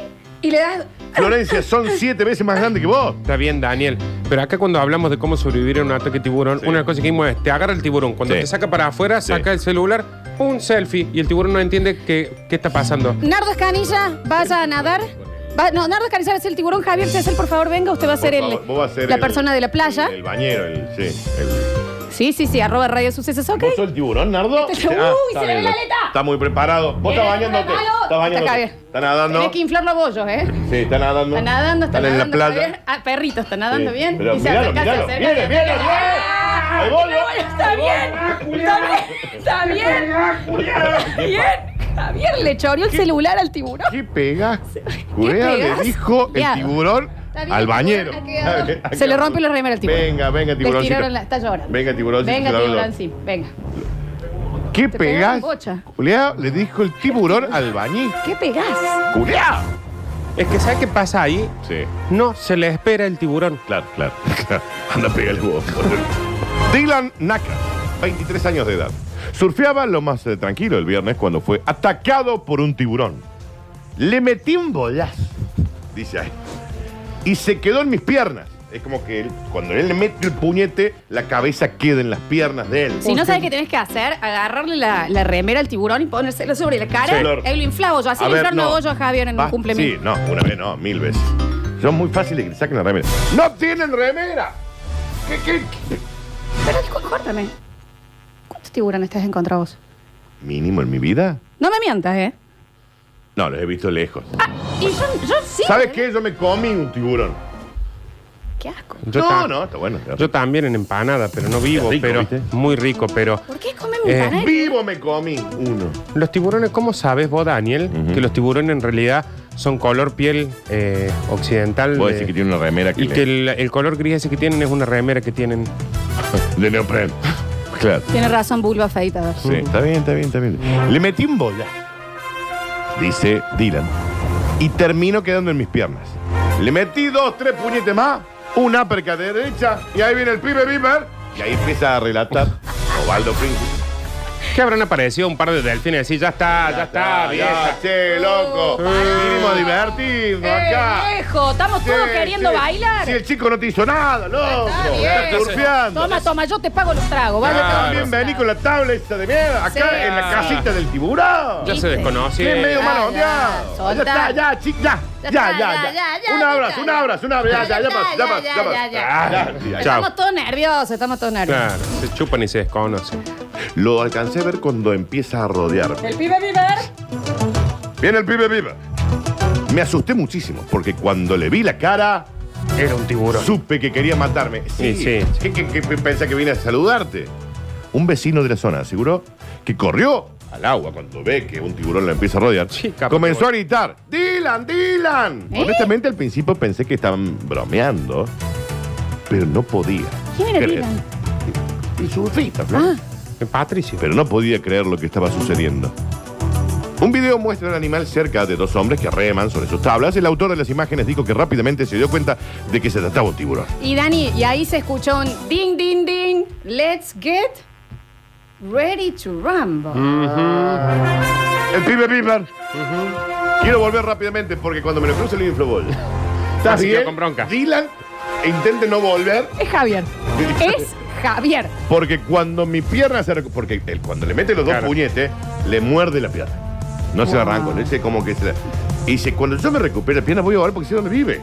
Speaker 1: y le das...
Speaker 2: Florencia, son siete veces más grande que vos.
Speaker 3: Está bien, Daniel. Pero acá cuando hablamos de cómo sobrevivir a un ataque tiburón,
Speaker 2: Sí.
Speaker 3: una cosa que hicimos es, te agarra el tiburón. Cuando
Speaker 2: Sí.
Speaker 3: te saca para afuera,
Speaker 2: Sí.
Speaker 3: saca el celular, un selfie. Y el tiburón no entiende qué, qué está pasando.
Speaker 1: Nardo Escanilla, vaya a nadar. Va- no, Nardo Escanilla es el tiburón. Javier César, por favor, venga. Usted va a ser,
Speaker 2: Por
Speaker 1: el-
Speaker 2: favor, vos vas a ser
Speaker 1: la
Speaker 2: el-
Speaker 1: persona de la playa.
Speaker 2: El, bañero, el. Sí. el-
Speaker 1: Sí, sí, sí, arroba Radio Sucesos, ¿ok?
Speaker 2: ¿Vos sos el tiburón, Nardo? ah,
Speaker 1: Este- Uy,
Speaker 2: está
Speaker 1: se le ve
Speaker 2: bien.
Speaker 1: la aleta.
Speaker 2: Está muy preparado. Vos estás
Speaker 1: Era
Speaker 2: bañándote.
Speaker 1: malo.
Speaker 2: Estás bañándote.
Speaker 1: Está acá, bien.
Speaker 2: Está nadando.
Speaker 1: Tenés que inflar los bollos, ¿eh?
Speaker 2: Sí, está nadando.
Speaker 1: Está nadando, está
Speaker 2: Están
Speaker 1: nadando.
Speaker 2: en la playa.
Speaker 1: Javier. Ah, perrito, está nadando
Speaker 2: Sí,
Speaker 1: bien.
Speaker 2: pero
Speaker 1: y se
Speaker 2: míralo,
Speaker 1: acerca,
Speaker 2: míralo.
Speaker 1: se acerca.
Speaker 2: Viene, viene, viene.
Speaker 1: ¡Ah!
Speaker 2: Ahí voy, Ah,
Speaker 1: Ahí voy, Está bien, está bien, está bien. Bien. Javier le choreó el celular al tiburón.
Speaker 2: ¿Qué pegas?
Speaker 1: ¿Qué
Speaker 2: Curea le
Speaker 1: pegas?
Speaker 2: dijo el
Speaker 1: Ya.
Speaker 2: tiburón
Speaker 1: Está bien,
Speaker 2: al
Speaker 1: el
Speaker 2: bañero.
Speaker 1: tiburón ha quedado-
Speaker 2: Está bien, ha
Speaker 1: Se le
Speaker 2: quedado.
Speaker 1: rompe los remeras al tiburón.
Speaker 2: Venga, venga, tiburón.
Speaker 1: Le tiraron la- está llorando.
Speaker 2: Venga, tiburón.
Speaker 1: Venga, tiburón, sí. Venga.
Speaker 2: ¿Qué
Speaker 1: Te pegaron
Speaker 2: pegas?
Speaker 1: bocha.
Speaker 2: Curea le dijo el tiburón al bañí.
Speaker 1: ¿Qué pegás?
Speaker 2: ¡Curea!
Speaker 3: Es que ¿sabes qué pasa ahí?
Speaker 2: Sí,
Speaker 3: No se le espera el tiburón.
Speaker 2: claro, claro. Anda, pégale vos. Dylan Naka, 23 años de edad. Surfeaba lo más eh, tranquilo el viernes cuando fue atacado por un tiburón. Le metí un bolazo, dice ahí. Y se quedó en mis piernas. Es como que él, cuando él le mete el puñete, la cabeza queda en las piernas de él.
Speaker 1: Si no sabes qué tenés que hacer, agarrarle la, la remera al tiburón y ponérselo sobre la cara.
Speaker 2: Sí.
Speaker 1: Él lo inflaba yo. Así
Speaker 2: A
Speaker 1: le
Speaker 2: ver,
Speaker 1: inflaron
Speaker 2: no.
Speaker 1: a bollo a Javier en
Speaker 2: Basta.
Speaker 1: un
Speaker 2: Sí,
Speaker 1: cumpleaños.
Speaker 2: no, una vez no, mil veces. Son muy fáciles que le saquen la remera. ¡No tienen remera! ¿Qué, qué, qué?
Speaker 1: Pero cu- córtame. ¿Cuántos tiburones te has encontrado vos?
Speaker 2: mínimo en mi vida?
Speaker 1: No me mientas, ¿eh?
Speaker 2: No, los he visto lejos.
Speaker 1: Ah, y yo, yo sí.
Speaker 2: ¿Sabes qué? Yo me comí un tiburón.
Speaker 1: Qué asco.
Speaker 3: Yo
Speaker 2: no,
Speaker 3: ta-
Speaker 2: no, está bueno. está
Speaker 3: Yo también en empanada, pero no vivo,
Speaker 2: Rico,
Speaker 3: pero
Speaker 2: ¿viste?
Speaker 3: muy rico, pero
Speaker 1: ¿Por qué comen mi
Speaker 3: Eh,
Speaker 2: rico.
Speaker 1: panel?
Speaker 2: Vivo me comí uno.
Speaker 3: los tiburones, ¿cómo sabes vos, Daniel,
Speaker 2: Ujú.
Speaker 3: que los tiburones en realidad son color piel eh, occidental
Speaker 2: Vos
Speaker 3: de-
Speaker 2: decís que tiene una remera que
Speaker 3: y que
Speaker 2: le-
Speaker 3: el, el color gris ese que tienen es una remera que tienen?
Speaker 2: de neopren. Mm. Claro.
Speaker 1: Tiene razón, Bulba afeitador.
Speaker 2: Sí, está bien, está bien, está bien. Le metí un bola, dice Dylan, y termino quedando en mis piernas. Le metí dos, tres puñetes más, una perca derecha, y ahí viene el pibe Bieber, y ahí empieza a relatar. Osvaldo Príncipe.
Speaker 3: ¿Qué habrán aparecido un par de delfines? Sí, ya está, ya, está,
Speaker 2: Ah,
Speaker 3: vieja.
Speaker 2: ya, che, loco. Vinimos a divertirnos acá.
Speaker 1: ¡Eh, viejo! Estamos todos
Speaker 2: Sí,
Speaker 1: queriendo
Speaker 2: sí.
Speaker 1: bailar.
Speaker 2: Si el chico no te hizo nada, loco.
Speaker 1: Está bien.
Speaker 2: Está surfeando.
Speaker 1: Toma, toma, yo te pago los tragos. Vaya
Speaker 2: Vos
Speaker 3: Claro.
Speaker 2: también Ah, vení con la tabla esa de mierda. Acá
Speaker 1: Sí.
Speaker 2: en la casita del tiburón.
Speaker 3: Ya se
Speaker 1: ¿Viste?
Speaker 3: desconoce.
Speaker 2: Qué medio
Speaker 1: Ya,
Speaker 2: malo
Speaker 1: ya,
Speaker 2: ondeado. Ya
Speaker 1: soltá.
Speaker 2: está, ya, chic, ya. Ya,
Speaker 1: Ya
Speaker 2: ya,
Speaker 1: está,
Speaker 2: ya.
Speaker 1: ya, ya, ya,
Speaker 2: Un
Speaker 1: ya
Speaker 2: abrazo,
Speaker 1: está,
Speaker 2: un
Speaker 1: ya.
Speaker 2: abrazo, un abrazo. Ya, ya, ya,
Speaker 1: Ya
Speaker 2: pasa,
Speaker 1: está,
Speaker 2: ya,
Speaker 1: ya,
Speaker 2: pasa, ya,
Speaker 1: ya,
Speaker 2: pasa.
Speaker 1: ya,
Speaker 2: Ah, ya, chao.
Speaker 1: Estamos todos nerviosos, estamos todos nerviosos.
Speaker 3: Claro, se chupan y se desconocen.
Speaker 2: Lo alcancé a ver cuando empieza a rodearme.
Speaker 1: El pibe viver.
Speaker 2: Viene el pibe viva. Me asusté muchísimo porque cuando le vi la cara,
Speaker 3: Era un tiburón.
Speaker 2: supe que quería matarme.
Speaker 3: Sí, sí.
Speaker 2: ¿Qué, qué, qué pensás que vine a saludarte? Un vecino de la zona aseguró que corrió al agua cuando ve que un tiburón la empieza a rodear.
Speaker 3: Sí, capaz que
Speaker 2: comenzó a
Speaker 3: voy.
Speaker 2: gritar, ¡Dylan, Dylan!
Speaker 1: ¿Eh?
Speaker 2: Honestamente al principio pensé que estaban bromeando, pero no podía.
Speaker 1: ¿Quién era
Speaker 2: creer.
Speaker 1: Dylan?
Speaker 2: Y surfista, ¿no?
Speaker 3: Ah. Eh, Patricio.
Speaker 2: pero no podía creer lo que estaba sucediendo. Un video muestra al animal cerca de dos hombres que reman sobre sus tablas. El autor de las imágenes dijo que rápidamente se dio cuenta de que se trataba de un tiburón.
Speaker 1: Y Dani, y ahí se escuchó un ding, ding, ding. Let's get ready to rumble.
Speaker 2: Mm. El pibe Piper. Quiero volver rápidamente porque cuando me lo cruce el inflobol. ¿Estás
Speaker 3: Así que
Speaker 2: bien?
Speaker 3: con bronca.
Speaker 2: Dylan e intente no volver
Speaker 1: Es Javier. es Javier.
Speaker 2: porque cuando mi pierna se recu- porque él cuando le mete los dos
Speaker 3: Claro.
Speaker 2: puñetes le muerde la pierna. No se la arranco, le dice como que se la- y dice, cuando yo me recupere la pierna voy a volver porque sé dónde vive.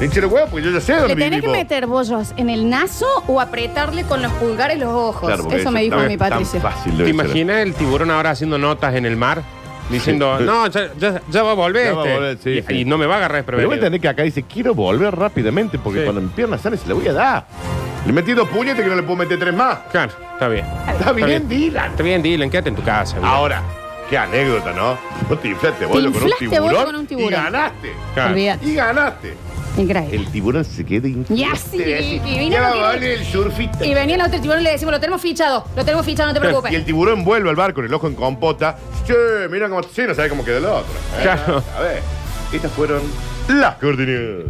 Speaker 2: Le dice, huevo, porque yo ya sé dónde
Speaker 1: ¿Le tenés
Speaker 2: vive.
Speaker 1: que meter bollos en el naso o apretarle con los pulgares los ojos? Eso me dijo mi Patricio.
Speaker 3: ¿Te imaginas el tiburón ahora haciendo notas en el mar? Diciendo,
Speaker 2: Sí.
Speaker 3: no, ya, ya- ya va a volver.
Speaker 2: Ya va a
Speaker 3: este".
Speaker 2: volver, sí,
Speaker 3: y,
Speaker 2: sí.
Speaker 3: y no me va a agarrar
Speaker 2: Pero voy a
Speaker 3: desprevenido.
Speaker 2: entender que acá dice, quiero volver rápidamente porque
Speaker 3: Sí.
Speaker 2: cuando mi pierna sale se la voy a dar. Le metí dos puñetes que no le puedo meter tres más.
Speaker 3: Claro, está bien.
Speaker 2: Está bien, Dylan.
Speaker 3: Está bien, Dylan, quédate en tu casa. bien.
Speaker 2: Ahora, qué anécdota, ¿no? Vos te inflaste bollo con un
Speaker 1: inflaste bollo
Speaker 2: tiburón.
Speaker 1: con un tiburón.
Speaker 2: Y ganaste.
Speaker 3: Claro.
Speaker 1: Olvídate.
Speaker 2: Y ganaste.
Speaker 1: Increíble.
Speaker 2: El tiburón se queda inflado.
Speaker 1: Y así,
Speaker 2: Te decís,
Speaker 1: y vino
Speaker 2: ya va
Speaker 1: el tiburón.
Speaker 2: a valer el surfista.
Speaker 1: Y venía el otro tiburón y le decimos, lo tenemos fichado, lo tenemos fichado, no te preocupes.
Speaker 2: Y el tiburón vuelve al barco con el ojo en compota. Che, mira cómo. Sí, no sabe cómo quedó el otro. Eh,
Speaker 3: Claro.
Speaker 2: A ver, estas fueron las coordenadas.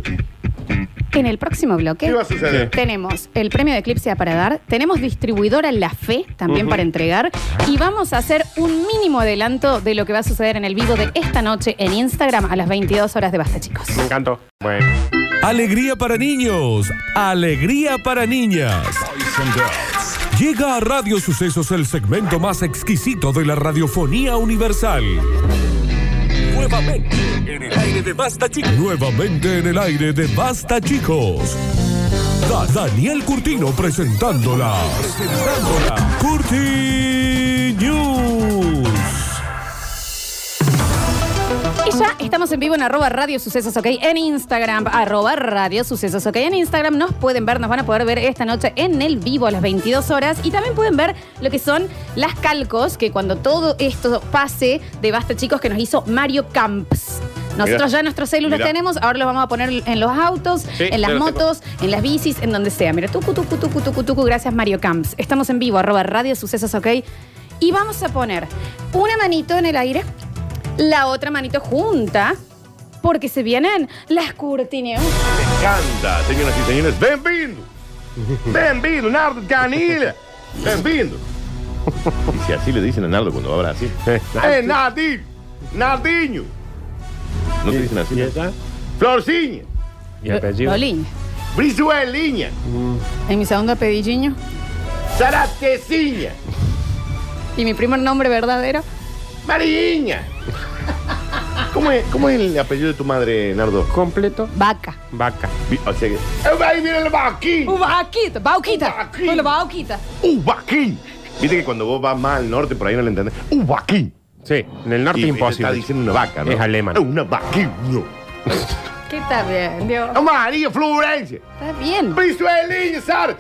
Speaker 1: En el próximo bloque
Speaker 2: ¿Qué va a suceder?
Speaker 1: tenemos el premio de Eclipse para dar, tenemos distribuidora La Fe también para entregar y vamos a hacer un mínimo adelanto de lo que va a suceder en el vivo de esta noche en Instagram a las 22 horas de Basta, chicos.
Speaker 3: Me encantó. Bueno.
Speaker 8: Alegría para niños, alegría para niñas. Llega a Radio Sucesos el segmento más exquisito de la radiofonía universal. Nuevamente en el aire de Basta Chicos. Nuevamente en el aire de Basta Chicos. Da- Daniel Curtino presentándola. Presentándola. Curti News.
Speaker 1: Y ya estamos en vivo en arroba radio sucesos ok en Instagram, arroba radio sucesos ok en Instagram. Nos pueden ver, nos van a poder ver esta noche en el vivo a las 22 horas y también pueden ver lo que son las calcos que cuando todo esto pase de Basta Chicos que nos hizo Mario Camps. Nosotros
Speaker 2: Mirá.
Speaker 1: ya nuestros celulares
Speaker 2: Mirá.
Speaker 1: tenemos, ahora los vamos a poner en los autos,
Speaker 3: Sí,
Speaker 1: en las
Speaker 3: ya los tengo.
Speaker 1: motos, en las bicis, en donde sea. Mira, tucu, tucu, tucu, tucu, tucu, gracias Mario Camps. Estamos en vivo, arroba radio sucesos ok. Y vamos a poner una manito en el aire la otra manito junta, porque se vienen las curtineos.
Speaker 2: Me encanta, señoras y señores. ¡Bienvenido! ¡Bienvenido, Nardo Canil! ¡Bienvenido! Y si así le dicen a Nardo cuando va a Brasil.
Speaker 3: Eh,
Speaker 2: ¡Eh, Nardinho! ¡Nardiño! ¿No te dicen así?
Speaker 3: ¿Y ella?
Speaker 2: ¡Florciña!
Speaker 3: ¿Y apellido?
Speaker 1: Lolín.
Speaker 2: ¡Brizueliña!
Speaker 1: En mi segundo apellido
Speaker 2: ¡Zarateciña!
Speaker 1: y mi primer nombre verdadero,
Speaker 2: ¡Mariña! ¿Cómo es, ¿Cómo es el apellido de tu madre, Nardo?
Speaker 3: Completo.
Speaker 1: vaca. Uh,
Speaker 3: Vaca.
Speaker 2: Vi- O sea que. ¡Eh, ahí viene el vaquín!
Speaker 1: Vaquita, bauquita.
Speaker 2: Vaquita.
Speaker 1: Hola, bauquita.
Speaker 2: ¡Uh, vaquín! Viste que cuando vos vas más al norte, por ahí no le entendés. ¡Uh, vaquín!
Speaker 3: Sí, en el norte
Speaker 2: Y
Speaker 3: imposible.
Speaker 2: Está diciendo una vaca, ¿no?
Speaker 3: Es alemán.
Speaker 2: Es Una vaquino.
Speaker 1: ¿Qué está bien, Dios?
Speaker 2: Amarillo, Florencia.
Speaker 1: Está bien. Uh,
Speaker 2: Brizuelinha, Sart.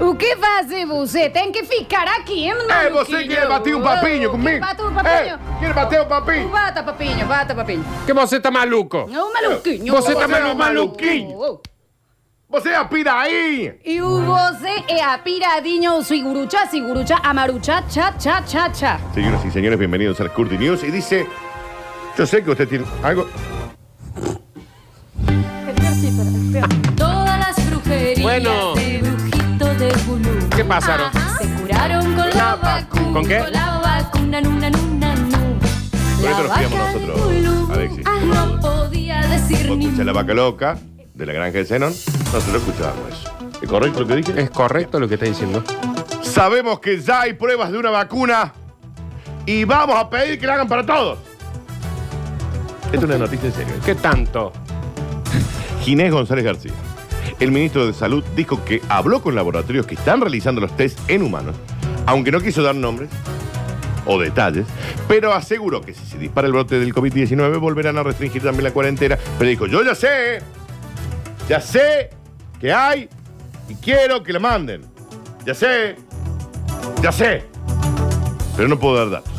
Speaker 1: ¿O que hace você? Tem que ficar aqui, hein,
Speaker 2: Eh,
Speaker 1: maluquinho?
Speaker 2: vos quiere batir un papiño
Speaker 1: Oh,
Speaker 2: conmigo.
Speaker 1: ¿Qué bate un
Speaker 2: Eh,
Speaker 1: papiño?
Speaker 2: quiere batir un
Speaker 1: Uh,
Speaker 2: papiño.
Speaker 1: Bata, papiño, bata, papiño.
Speaker 3: Que vos está maluco.
Speaker 1: No, maluquinho.
Speaker 3: Vos
Speaker 2: está
Speaker 3: está
Speaker 2: menos maluquinho.
Speaker 3: maluquinho.
Speaker 1: Oh, oh.
Speaker 2: Vos es apiraíña.
Speaker 1: Y E, vos es apiradinho, sigurucha, sigurucha, amarucha, cha, cha, cha, cha.
Speaker 2: Señoras y señores, bienvenidos a Curti News. Y dice, yo sé que usted tiene algo...
Speaker 9: Todas las brujerías
Speaker 3: Bueno.
Speaker 9: de brujito de Gulú
Speaker 3: ¿Qué pasaron?
Speaker 9: se curaron
Speaker 4: Llegaron con la vacuna.
Speaker 3: ¿Con qué?
Speaker 4: Con la vacuna, nuna, nuna, nu.
Speaker 2: Con
Speaker 4: La
Speaker 2: esto nos
Speaker 4: vaca
Speaker 2: criamos nosotros,
Speaker 4: Lulú.
Speaker 2: Alexis.
Speaker 4: Ah, no podía decir
Speaker 2: Vos
Speaker 4: ni
Speaker 2: escuchás la vaca loca de la granja de Zenón, nosotros escuchábamos eso. ¿Es correcto lo que dije?
Speaker 3: Es correcto lo que está diciendo.
Speaker 2: Sabemos que ya hay pruebas de una vacuna y vamos a pedir que la hagan para todos. Esto es una noticia en serio. ¿eh?
Speaker 3: ¿Qué tanto?
Speaker 2: Ginés González García, el ministro de Salud, dijo que habló con laboratorios que están realizando los test en humanos, aunque no quiso dar nombres o detalles, pero aseguró que si se dispara el brote del COVID-19 volverán a restringir también la cuarentena. Pero dijo, yo ya sé, ya sé que hay y quiero que la manden. Ya sé, ya sé, pero no puedo dar datos.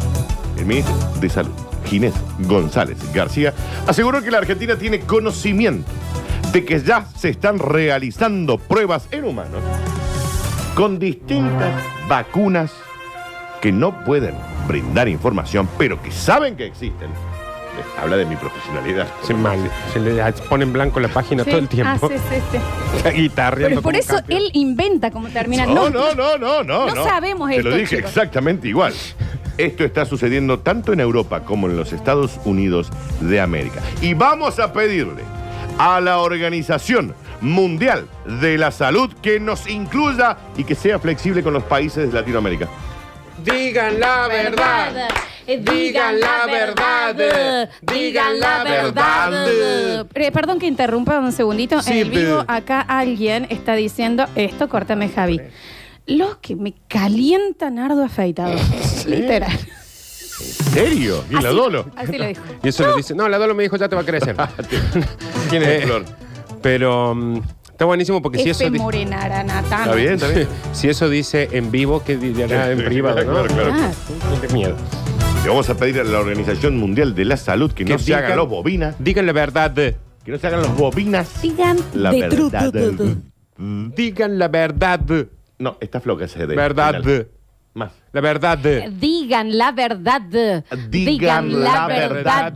Speaker 2: El ministro de Salud, Ginés González García, aseguró que la Argentina tiene conocimiento de que ya se están realizando pruebas en humanos con distintas vacunas que no pueden brindar información, pero que saben que existen. Habla de mi profesionalidad.
Speaker 3: Se, mal, se le pone en blanco la página
Speaker 1: Sí.
Speaker 3: todo el tiempo.
Speaker 1: Ah, sí, sí, sí.
Speaker 3: Está guitarreando
Speaker 1: Pero por
Speaker 3: como
Speaker 1: eso
Speaker 3: campeón.
Speaker 1: él inventa cómo termina.
Speaker 2: No, no, no, no, no.
Speaker 1: No sabemos
Speaker 2: Te lo
Speaker 1: esto,
Speaker 2: dije
Speaker 1: chicos.
Speaker 2: exactamente igual. Esto está sucediendo tanto en Europa como en los Estados Unidos de América. Y vamos a pedirle a la Organización Mundial de la Salud que nos incluya y que sea flexible con los países de Latinoamérica.
Speaker 3: Digan la verdad.
Speaker 1: Eh, Digan la verdad, digan la verdad. Eh, perdón que interrumpa un segundito.
Speaker 2: Sí,
Speaker 1: en el vivo
Speaker 2: pero-
Speaker 1: acá alguien está diciendo esto, córtame Javi. Los que me calientan ardo afeitado. Literal.
Speaker 2: ¿En serio? Y la
Speaker 1: Así-
Speaker 2: dolo.
Speaker 1: Así lo dijo.
Speaker 3: Y eso lo dice. No, la Dolo me dijo ya te va a crecer.
Speaker 2: ¿Quién es
Speaker 3: Eh,
Speaker 2: Flor?
Speaker 3: Pero mm, está buenísimo porque si eso.
Speaker 1: F.
Speaker 3: di-
Speaker 1: Morena Aranatana.
Speaker 2: ¿Está bien? ¿Está bien?
Speaker 3: Si eso dice en vivo, que dirá en privado, ¿no?
Speaker 2: Claro, claro.
Speaker 1: Ah,
Speaker 3: Qué miedo.
Speaker 2: Le vamos a pedir a la Organización Mundial de la Salud que, no se hagan los bobinas.
Speaker 3: Digan la verdad.
Speaker 2: Que no se hagan los bobinas.
Speaker 1: digan
Speaker 2: La
Speaker 1: de tru-
Speaker 2: verdad.
Speaker 1: tru- tru-
Speaker 3: Digan la verdad.
Speaker 2: No, está floja ese de.
Speaker 3: Verdad.
Speaker 2: final. Más.
Speaker 3: La verdad.
Speaker 1: Digan la verdad.
Speaker 2: Digan
Speaker 3: la
Speaker 2: Eh,
Speaker 3: verdad.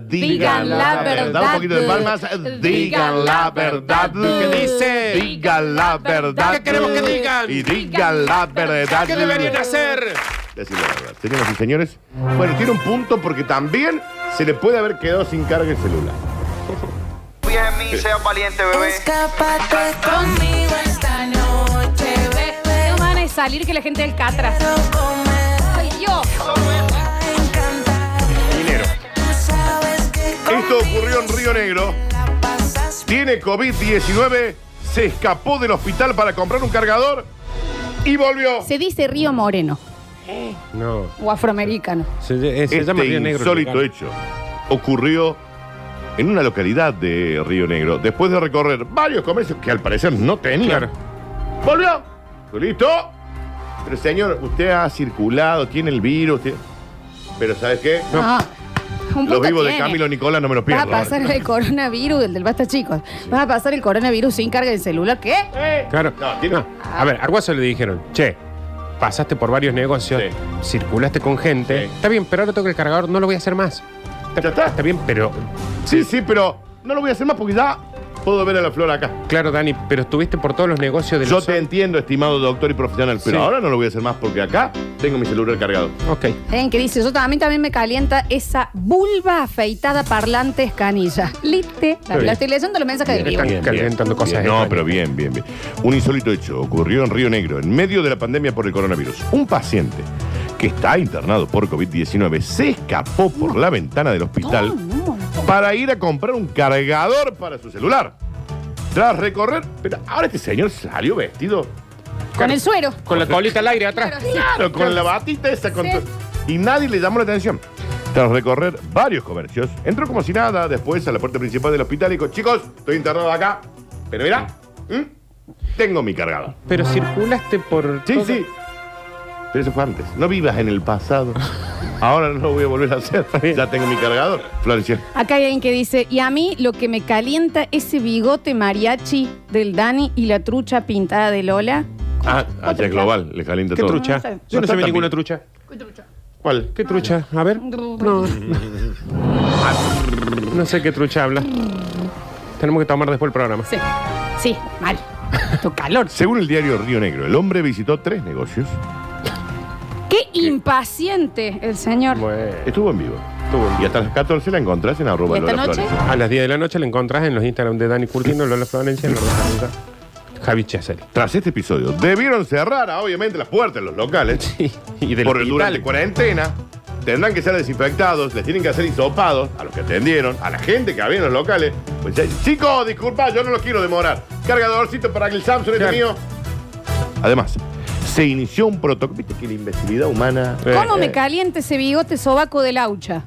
Speaker 1: Digan la verdad.
Speaker 2: Da un poquito de palmas. Digan la verdad.
Speaker 3: ¿Qué dice?
Speaker 2: Digan la verdad.
Speaker 3: ¿Qué queremos que digan?
Speaker 2: Y digan la verdad.
Speaker 3: ¿Qué deberían hacer?
Speaker 2: Decir la verdad. Señoras y señores, bueno, tiene un punto porque también se le puede haber quedado sin carga el celular.
Speaker 5: Confía en mí, sea valiente, bebé.
Speaker 6: Escápate conmigo esta noche, bebé.
Speaker 1: No van a salir que la gente del Catras.
Speaker 6: No comer,
Speaker 1: Ay, yo.
Speaker 6: va a encantar.
Speaker 2: Dinero.
Speaker 6: Tú sabes que
Speaker 2: Esto ocurrió en Río Negro.
Speaker 6: la pasas
Speaker 2: Tiene COVID-19. Se escapó del hospital para comprar un cargador y volvió.
Speaker 1: Se dice Río Moreno
Speaker 3: No.
Speaker 1: o afroamericano.
Speaker 3: Se, eh, se llama Río
Speaker 2: Este
Speaker 3: Negro. el
Speaker 2: insólito
Speaker 3: lugar.
Speaker 2: hecho ocurrió en una localidad de Río Negro. Después de recorrer varios comercios que al parecer no tenía.
Speaker 3: Claro.
Speaker 2: Volvió. Listo. Pero señor, usted ha circulado, tiene el virus. tiene- Pero ¿sabes qué?
Speaker 1: Ah, un
Speaker 2: Los
Speaker 1: punto
Speaker 2: vivos de
Speaker 1: tiene.
Speaker 2: Camilo Nicolás no me los
Speaker 1: Va
Speaker 2: pierdo.
Speaker 1: a pasar el coronavirus, el del basta chicos. Va a pasar el coronavirus sin carga de celular. ¿Qué?
Speaker 2: Eh,
Speaker 3: Claro.
Speaker 2: No, tiene-
Speaker 3: No. A ver, a Guaso le dijeron, che, pasaste por varios negocios, circulaste con gente.
Speaker 2: Sí.
Speaker 3: Está bien, pero ahora toca el cargador, no lo voy a hacer más.
Speaker 2: Ya está.
Speaker 3: Está bien, pero.
Speaker 2: Sí, sí, pero no lo voy a hacer más porque ya puedo ver a la flor acá.
Speaker 3: Claro, Dani, pero estuviste por todos los negocios de
Speaker 2: Yo
Speaker 3: los.
Speaker 2: te entiendo, estimado doctor y profesional, pero
Speaker 3: Sí.
Speaker 2: ahora no lo voy a hacer más porque acá tengo mi celular cargado.
Speaker 3: Ok.
Speaker 1: Ven que dice, yo también, también me calienta esa vulva afeitada parlante escanilla. Lite. La,
Speaker 3: bien.
Speaker 1: la estoy leyendo los mensajes del vivo.
Speaker 3: Están calentando cosas.
Speaker 2: Bien, no,
Speaker 3: extrañas.
Speaker 2: pero bien, bien, bien. Un insólito hecho ocurrió en Río Negro, en medio de la pandemia por el coronavirus. Un paciente que está internado por COVID-19 se escapó por la ventana del hospital
Speaker 1: No, Ah, no.
Speaker 2: para ir a comprar un cargador para su celular. Tras recorrer, pero ahora este señor salió vestido.
Speaker 1: Con el suero.
Speaker 3: Con la colita al aire atrás.
Speaker 2: Claro, con la batita esa. con
Speaker 1: Sí.
Speaker 2: todo. Y nadie le llamó la atención. Tras recorrer varios comercios, entró como si nada después a la puerta principal del hospital y dijo, chicos, estoy internado acá, pero mirá, ¿Mm? tengo mi cargador.
Speaker 3: Pero circulaste por.
Speaker 2: Sí,
Speaker 3: todo-
Speaker 2: sí. Pero eso fue antes. No vivas en el pasado. Ahora no lo voy a volver a hacer. Ya tengo mi cargador. Florencia.
Speaker 1: Acá hay alguien que dice, y a mí lo que me calienta ese bigote mariachi del Dani y la trucha pintada de Lola.
Speaker 2: Ah, allá es global. Le calienta
Speaker 3: ¿Qué
Speaker 2: todo.
Speaker 3: trucha?
Speaker 1: No sé.
Speaker 3: Yo
Speaker 2: No
Speaker 3: no
Speaker 2: está
Speaker 3: sabía
Speaker 2: tan
Speaker 3: ninguna
Speaker 2: bien.
Speaker 3: trucha.
Speaker 2: ¿Cuál?
Speaker 3: ¿Qué trucha? A ver. No. No sé qué trucha habla. Tenemos que tomar después el programa.
Speaker 1: Sí, sí, mal. Tu calor.
Speaker 2: Según el diario Río Negro, el hombre visitó tres negocios.
Speaker 1: Qué impaciente el señor.
Speaker 3: Bueno,
Speaker 2: Estuvo en vivo.
Speaker 3: Estuvo en
Speaker 2: Y hasta las 14 la encontrás en arroba
Speaker 1: ¿Y esta
Speaker 2: Lola
Speaker 1: noche?
Speaker 2: Florencia.
Speaker 3: a las 10 de la noche la encontrás en los Instagram de Dani Curtino, Lola Florencia, Lola Florencia, Javi Chesel.
Speaker 2: Tras este episodio, debieron cerrar, ah, obviamente, las puertas de los locales.
Speaker 3: Y del
Speaker 2: por
Speaker 3: hospital.
Speaker 2: durante cuarentena. Tendrán que ser desinfectados, les tienen que hacer hisopados a los que atendieron, a la gente que había en los locales. Pues, ya, chicos, disculpa, yo no los quiero demorar. Cargadorcito para que el Samsung este
Speaker 3: Claro.
Speaker 2: mío. Además, se inició un protocolo. Viste que la imbecilidad humana.
Speaker 3: Eh,
Speaker 1: ¿Cómo me
Speaker 3: eh.
Speaker 1: calienta ese bigote sobaco de laucha?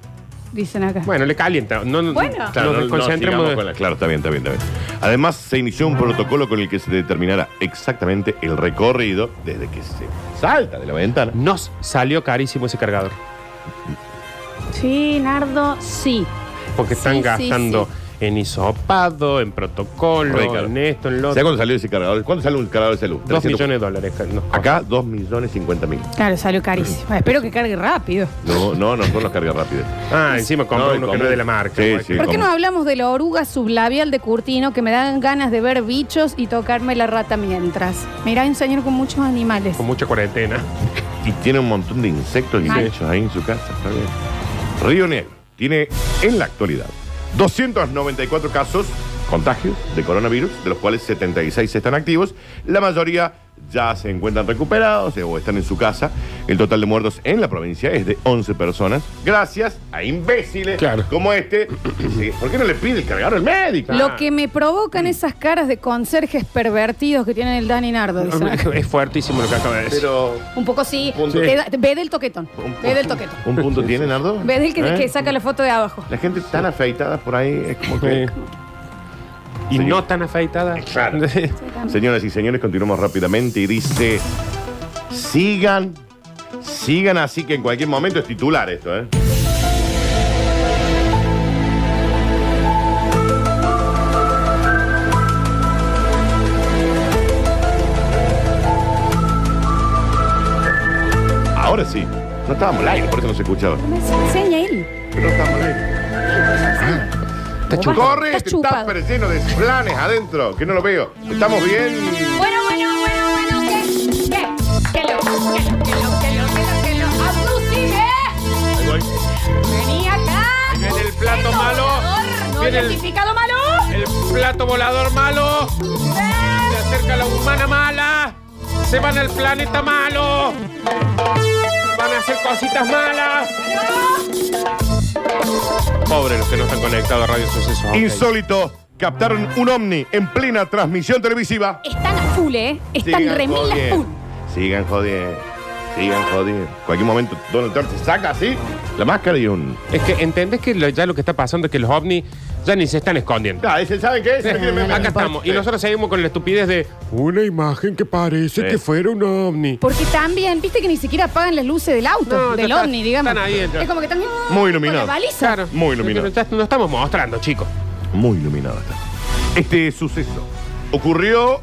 Speaker 1: Dicen acá.
Speaker 3: Bueno, le calienta. No, no,
Speaker 1: Bueno.
Speaker 3: nos
Speaker 2: Claro, no- no
Speaker 3: desconcentremos
Speaker 2: sigamos
Speaker 3: de-
Speaker 2: con la- claro, está bien, está bien, está bien. Además, se inició un protocolo con el que se determinará exactamente el recorrido desde que se salta de la ventana.
Speaker 3: Nos salió carísimo ese cargador.
Speaker 1: Sí, Nardo, sí.
Speaker 3: Porque
Speaker 1: Sí,
Speaker 3: están
Speaker 1: sí,
Speaker 3: gastando
Speaker 1: sí.
Speaker 3: en hisopado, en protocolo,
Speaker 2: Recarga.
Speaker 3: en esto, en lo
Speaker 2: ¿Sabes
Speaker 3: otro.
Speaker 2: cuándo salió ese cargador? ¿Cuánto sale un cargador de salud?
Speaker 3: Dos millones de dólares. ca- nos
Speaker 2: Acá, 2 millones 50 mil.
Speaker 1: Claro, salió carísimo.
Speaker 3: Pues,
Speaker 1: Espero que cargue rápido.
Speaker 2: No, no, no son los cargas rápidas.
Speaker 3: costó. Ah, encima compró
Speaker 2: No,
Speaker 3: uno que
Speaker 2: compré-
Speaker 3: no es de la marca.
Speaker 2: Sí,
Speaker 3: güey.
Speaker 2: sí.
Speaker 1: ¿Por qué
Speaker 2: ¿cómo?
Speaker 1: no hablamos de la oruga sublabial de Curtino que me dan ganas de ver bichos y tocarme la rata mientras? Mirá, hay un señor con muchos animales.
Speaker 3: Con mucha cuarentena.
Speaker 2: Y tiene un montón de insectos y
Speaker 1: Mal.
Speaker 2: bichos ahí en su casa. Está bien. Río Negro tiene en la actualidad 294 casos contagios de coronavirus, de los cuales 76 están activos. La mayoría ya se encuentran recuperados eh, o están en su casa. El total de muertos en la provincia es de 11 personas, gracias a imbéciles
Speaker 3: Claro.
Speaker 2: como este. Sí, ¿Por qué no le pide el cargador al médico?
Speaker 1: Lo que me provocan esas caras de conserjes pervertidos que tienen el Dani Nardo. dicen acá.
Speaker 3: es fuertísimo lo que acaba de decir.
Speaker 2: Pero
Speaker 1: Un poco sí.
Speaker 2: Punto.
Speaker 1: Te da- Ve del toquetón. Ve del toquetón.
Speaker 2: ¿Un punto tiene, Nardo?
Speaker 1: Ve del que,
Speaker 2: ¿Eh?
Speaker 1: que saca la foto de abajo.
Speaker 2: La gente tan afeitada por ahí es como que...
Speaker 3: Sí. Y
Speaker 2: Sí.
Speaker 3: no tan afeitada.
Speaker 2: Claro. Señoras y señores, continuamos rápidamente y dice... Sigan, sigan así que en cualquier momento es titular esto, ¿eh? Ahora sí. No estábamos al aire, por eso no se escuchaba.
Speaker 1: Me enseña él.
Speaker 2: No estábamos al aire.
Speaker 3: Está
Speaker 1: chupado.
Speaker 2: Corre,
Speaker 1: Está
Speaker 2: este
Speaker 1: chupado.
Speaker 2: tupper lleno de planes adentro, que no lo veo. Estamos bien.
Speaker 4: Bueno, bueno, bueno, bueno, ¿qué? ¿Qué? Que lo, que lo, que lo, que lo, que lo, que lo, abduciré. Vení acá.
Speaker 3: Ahí viene el plato
Speaker 4: Esto,
Speaker 3: malo.
Speaker 4: volador, No
Speaker 3: Viene el-
Speaker 4: identificado malo.
Speaker 3: El plato volador malo. Se acerca la humana mala. Se van al planeta malo. Van a hacer cositas malas. Pobre los que no están conectados a Radio Suceso. Ok.
Speaker 2: Insólito. Captaron un ovni en plena transmisión televisiva.
Speaker 1: Están a full, ¿eh? Están
Speaker 2: Sigan
Speaker 1: remil a full.
Speaker 2: jodiendo. Sigan jodiendo. Sigan jodiendo. Cualquier momento Donald Trump se saca así la máscara y un.
Speaker 3: Es que entendés que lo- ya lo que está pasando es que los ovnis ya ni se están escondiendo.
Speaker 2: Ah, ese, ¿saben qué es? Se quieren meter.
Speaker 3: Acá estamos. Y nosotros seguimos con la estupidez de una imagen que parece
Speaker 2: Sí.
Speaker 3: que fuera un ovni.
Speaker 1: Porque también, viste que ni siquiera apagan las luces del auto,
Speaker 3: No,
Speaker 1: del
Speaker 3: ya está-
Speaker 1: ovni, digamos.
Speaker 3: están ahí, ya.
Speaker 1: es como que también.
Speaker 2: Muy iluminado.
Speaker 1: Con la baliza.
Speaker 3: Claro.
Speaker 2: Muy iluminado.
Speaker 3: Pero ya No estamos mostrando, chicos.
Speaker 2: Muy iluminado está. Este suceso ocurrió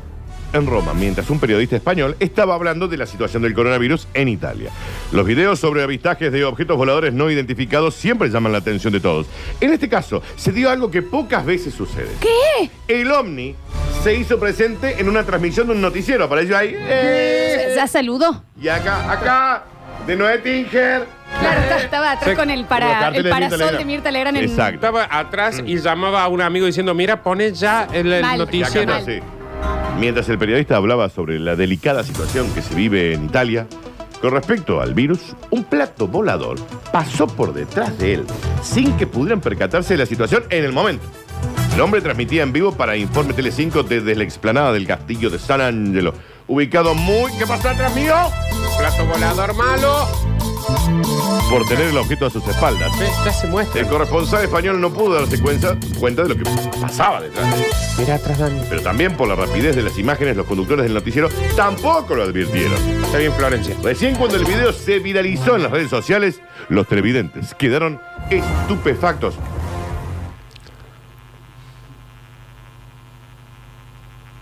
Speaker 2: en Roma, mientras un periodista español estaba hablando de la situación del coronavirus en Italia. Los videos sobre avistajes de objetos voladores no identificados siempre llaman la atención de todos. En este caso, se dio algo que pocas veces sucede.
Speaker 1: ¿Qué?
Speaker 2: El ovni se hizo presente en una transmisión de un noticiero. Apareció ahí. ¡eh!
Speaker 1: Ya saludó.
Speaker 2: Y acá, acá, de Noé Tinger.
Speaker 1: Claro, está- estaba atrás
Speaker 3: Sí,
Speaker 1: con el,
Speaker 2: con los
Speaker 1: para,
Speaker 2: carteles de
Speaker 1: el
Speaker 2: Mirta
Speaker 1: parasol
Speaker 2: Legrand.
Speaker 1: de Mirta Legrand en.
Speaker 2: Exacto.
Speaker 3: Estaba atrás y llamaba a un amigo diciendo, mira, pone ya el, el
Speaker 1: Mal.
Speaker 2: Y acá
Speaker 3: noticiero.
Speaker 2: está, sí. Mientras el periodista hablaba sobre la delicada situación que se vive en Italia, con respecto al virus, un plato volador pasó por detrás de él, sin que pudieran percatarse de la situación en el momento. El hombre transmitía en vivo para Informe Tele5 desde la explanada del castillo de San Angelo, ubicado muy... ¿Qué pasó atrás mío?
Speaker 3: Plato volador malo.
Speaker 2: Por tener el objeto a sus espaldas.
Speaker 3: Ve, Ya se muestra.
Speaker 2: El corresponsal español no pudo darse cuenta, cuenta de lo que pasaba detrás.
Speaker 3: Mira atrás, Dani.
Speaker 2: Pero también por la rapidez de las imágenes, los conductores del noticiero tampoco lo advirtieron.
Speaker 3: Está bien, Florencia.
Speaker 2: Recién cuando el video se viralizó en las redes sociales, los televidentes quedaron estupefactos.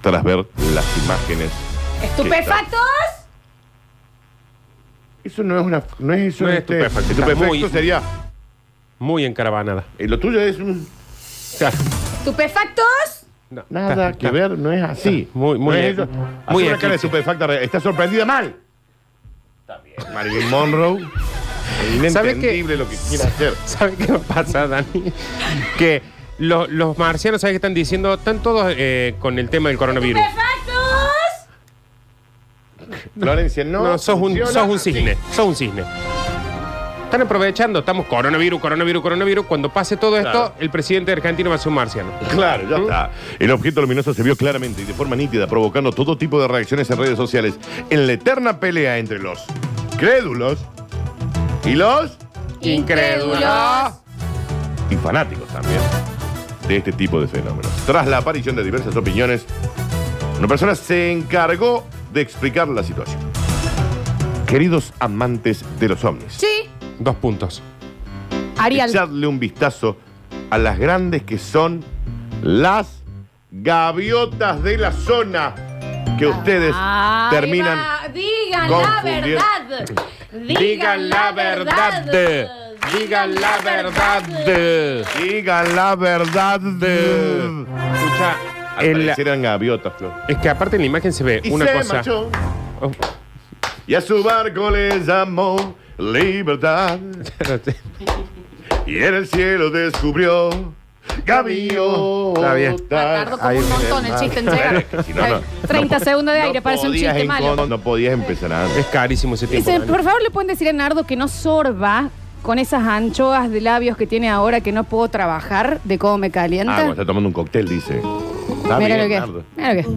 Speaker 2: Tras ver las imágenes.
Speaker 1: ¡Estupefactos!
Speaker 2: Eso no es una. No es eso.
Speaker 3: No es
Speaker 2: este,
Speaker 3: estupefacto, está
Speaker 2: estupefacto
Speaker 3: muy-
Speaker 2: sería.
Speaker 3: Muy encaravanada.
Speaker 2: eh, lo tuyo es un.
Speaker 3: Claro.
Speaker 1: ¡Estupefactos!
Speaker 3: No.
Speaker 2: Nada
Speaker 3: Está-
Speaker 2: que
Speaker 3: está-
Speaker 2: ver, no es así.
Speaker 3: Muy- muy
Speaker 2: No es
Speaker 3: bien.
Speaker 2: eso. Hace
Speaker 3: Muy
Speaker 2: una cara de
Speaker 3: exquisito.
Speaker 2: estupefacta, re- está sorprendida mal. Está bien. Marilyn Monroe. Es
Speaker 3: ¿Sabe qué?
Speaker 2: inentendible lo que quiere hacer.
Speaker 3: ¿Sabe qué me pasa, Dani? Que lo- los marcianos, ¿sabes qué están diciendo? Están todos eh, con el tema del coronavirus.
Speaker 4: ¡Factos!
Speaker 2: Florencia, no.
Speaker 3: No, sos un,
Speaker 2: funciona
Speaker 3: sos un
Speaker 2: así.
Speaker 3: cisne, sos un cisne. Están aprovechando, estamos coronavirus, coronavirus, coronavirus. Cuando pase todo esto,
Speaker 2: Claro.
Speaker 3: el presidente argentino va a ser un marciano.
Speaker 2: Claro, ya
Speaker 3: ¿Mm?
Speaker 2: está. El objeto luminoso se vio claramente y de forma nítida, provocando todo tipo de reacciones en redes sociales en la eterna pelea entre los crédulos y los
Speaker 1: Incrédulos.
Speaker 2: y fanáticos también de este tipo de fenómenos. Tras la aparición de diversas opiniones, una persona se encargó de explicar la situación. Queridos amantes de los ovnis,
Speaker 1: Sí,
Speaker 3: Dos puntos.
Speaker 1: Arial.
Speaker 2: echadle un vistazo a las grandes que son las gaviotas de la zona que ustedes
Speaker 1: Ah, Ahí
Speaker 2: terminan.
Speaker 1: va. Digan la
Speaker 2: confundiendo.
Speaker 1: verdad.
Speaker 3: Digan la verdad. Digan la verdad.
Speaker 2: Digan la verdad. De...
Speaker 3: Escucha,
Speaker 2: Al
Speaker 3: en la-
Speaker 2: parecer eran gaviotas, Flor.
Speaker 3: es que aparte en la imagen se ve
Speaker 2: Y
Speaker 3: una
Speaker 2: se
Speaker 3: cosa.
Speaker 2: marchó.
Speaker 3: Oh.
Speaker 2: Y a su barco le llamó libertad. Y en el cielo descubrió gaviotas.
Speaker 3: Está bien.
Speaker 1: Tardó como un montón el chiste en llegar.
Speaker 2: Si no, no.
Speaker 1: 30 segundos de
Speaker 2: No
Speaker 1: aire, parece un
Speaker 2: podías
Speaker 1: chiste
Speaker 2: encon-
Speaker 1: malo.
Speaker 2: No podías empezar antes.
Speaker 3: es carísimo ese tiempo.
Speaker 2: ¿eh?
Speaker 1: Dice,
Speaker 3: Dani.
Speaker 1: por favor, le pueden decir a Nardo que no sorba con esas anchoas de labios que tiene ahora que no puedo trabajar de cómo me
Speaker 2: Ah,
Speaker 1: calienta.
Speaker 2: cuando está tomando un cóctel, dice. Está
Speaker 1: Mira lo
Speaker 2: bien,
Speaker 1: que
Speaker 2: Nardo.
Speaker 1: mira lo que-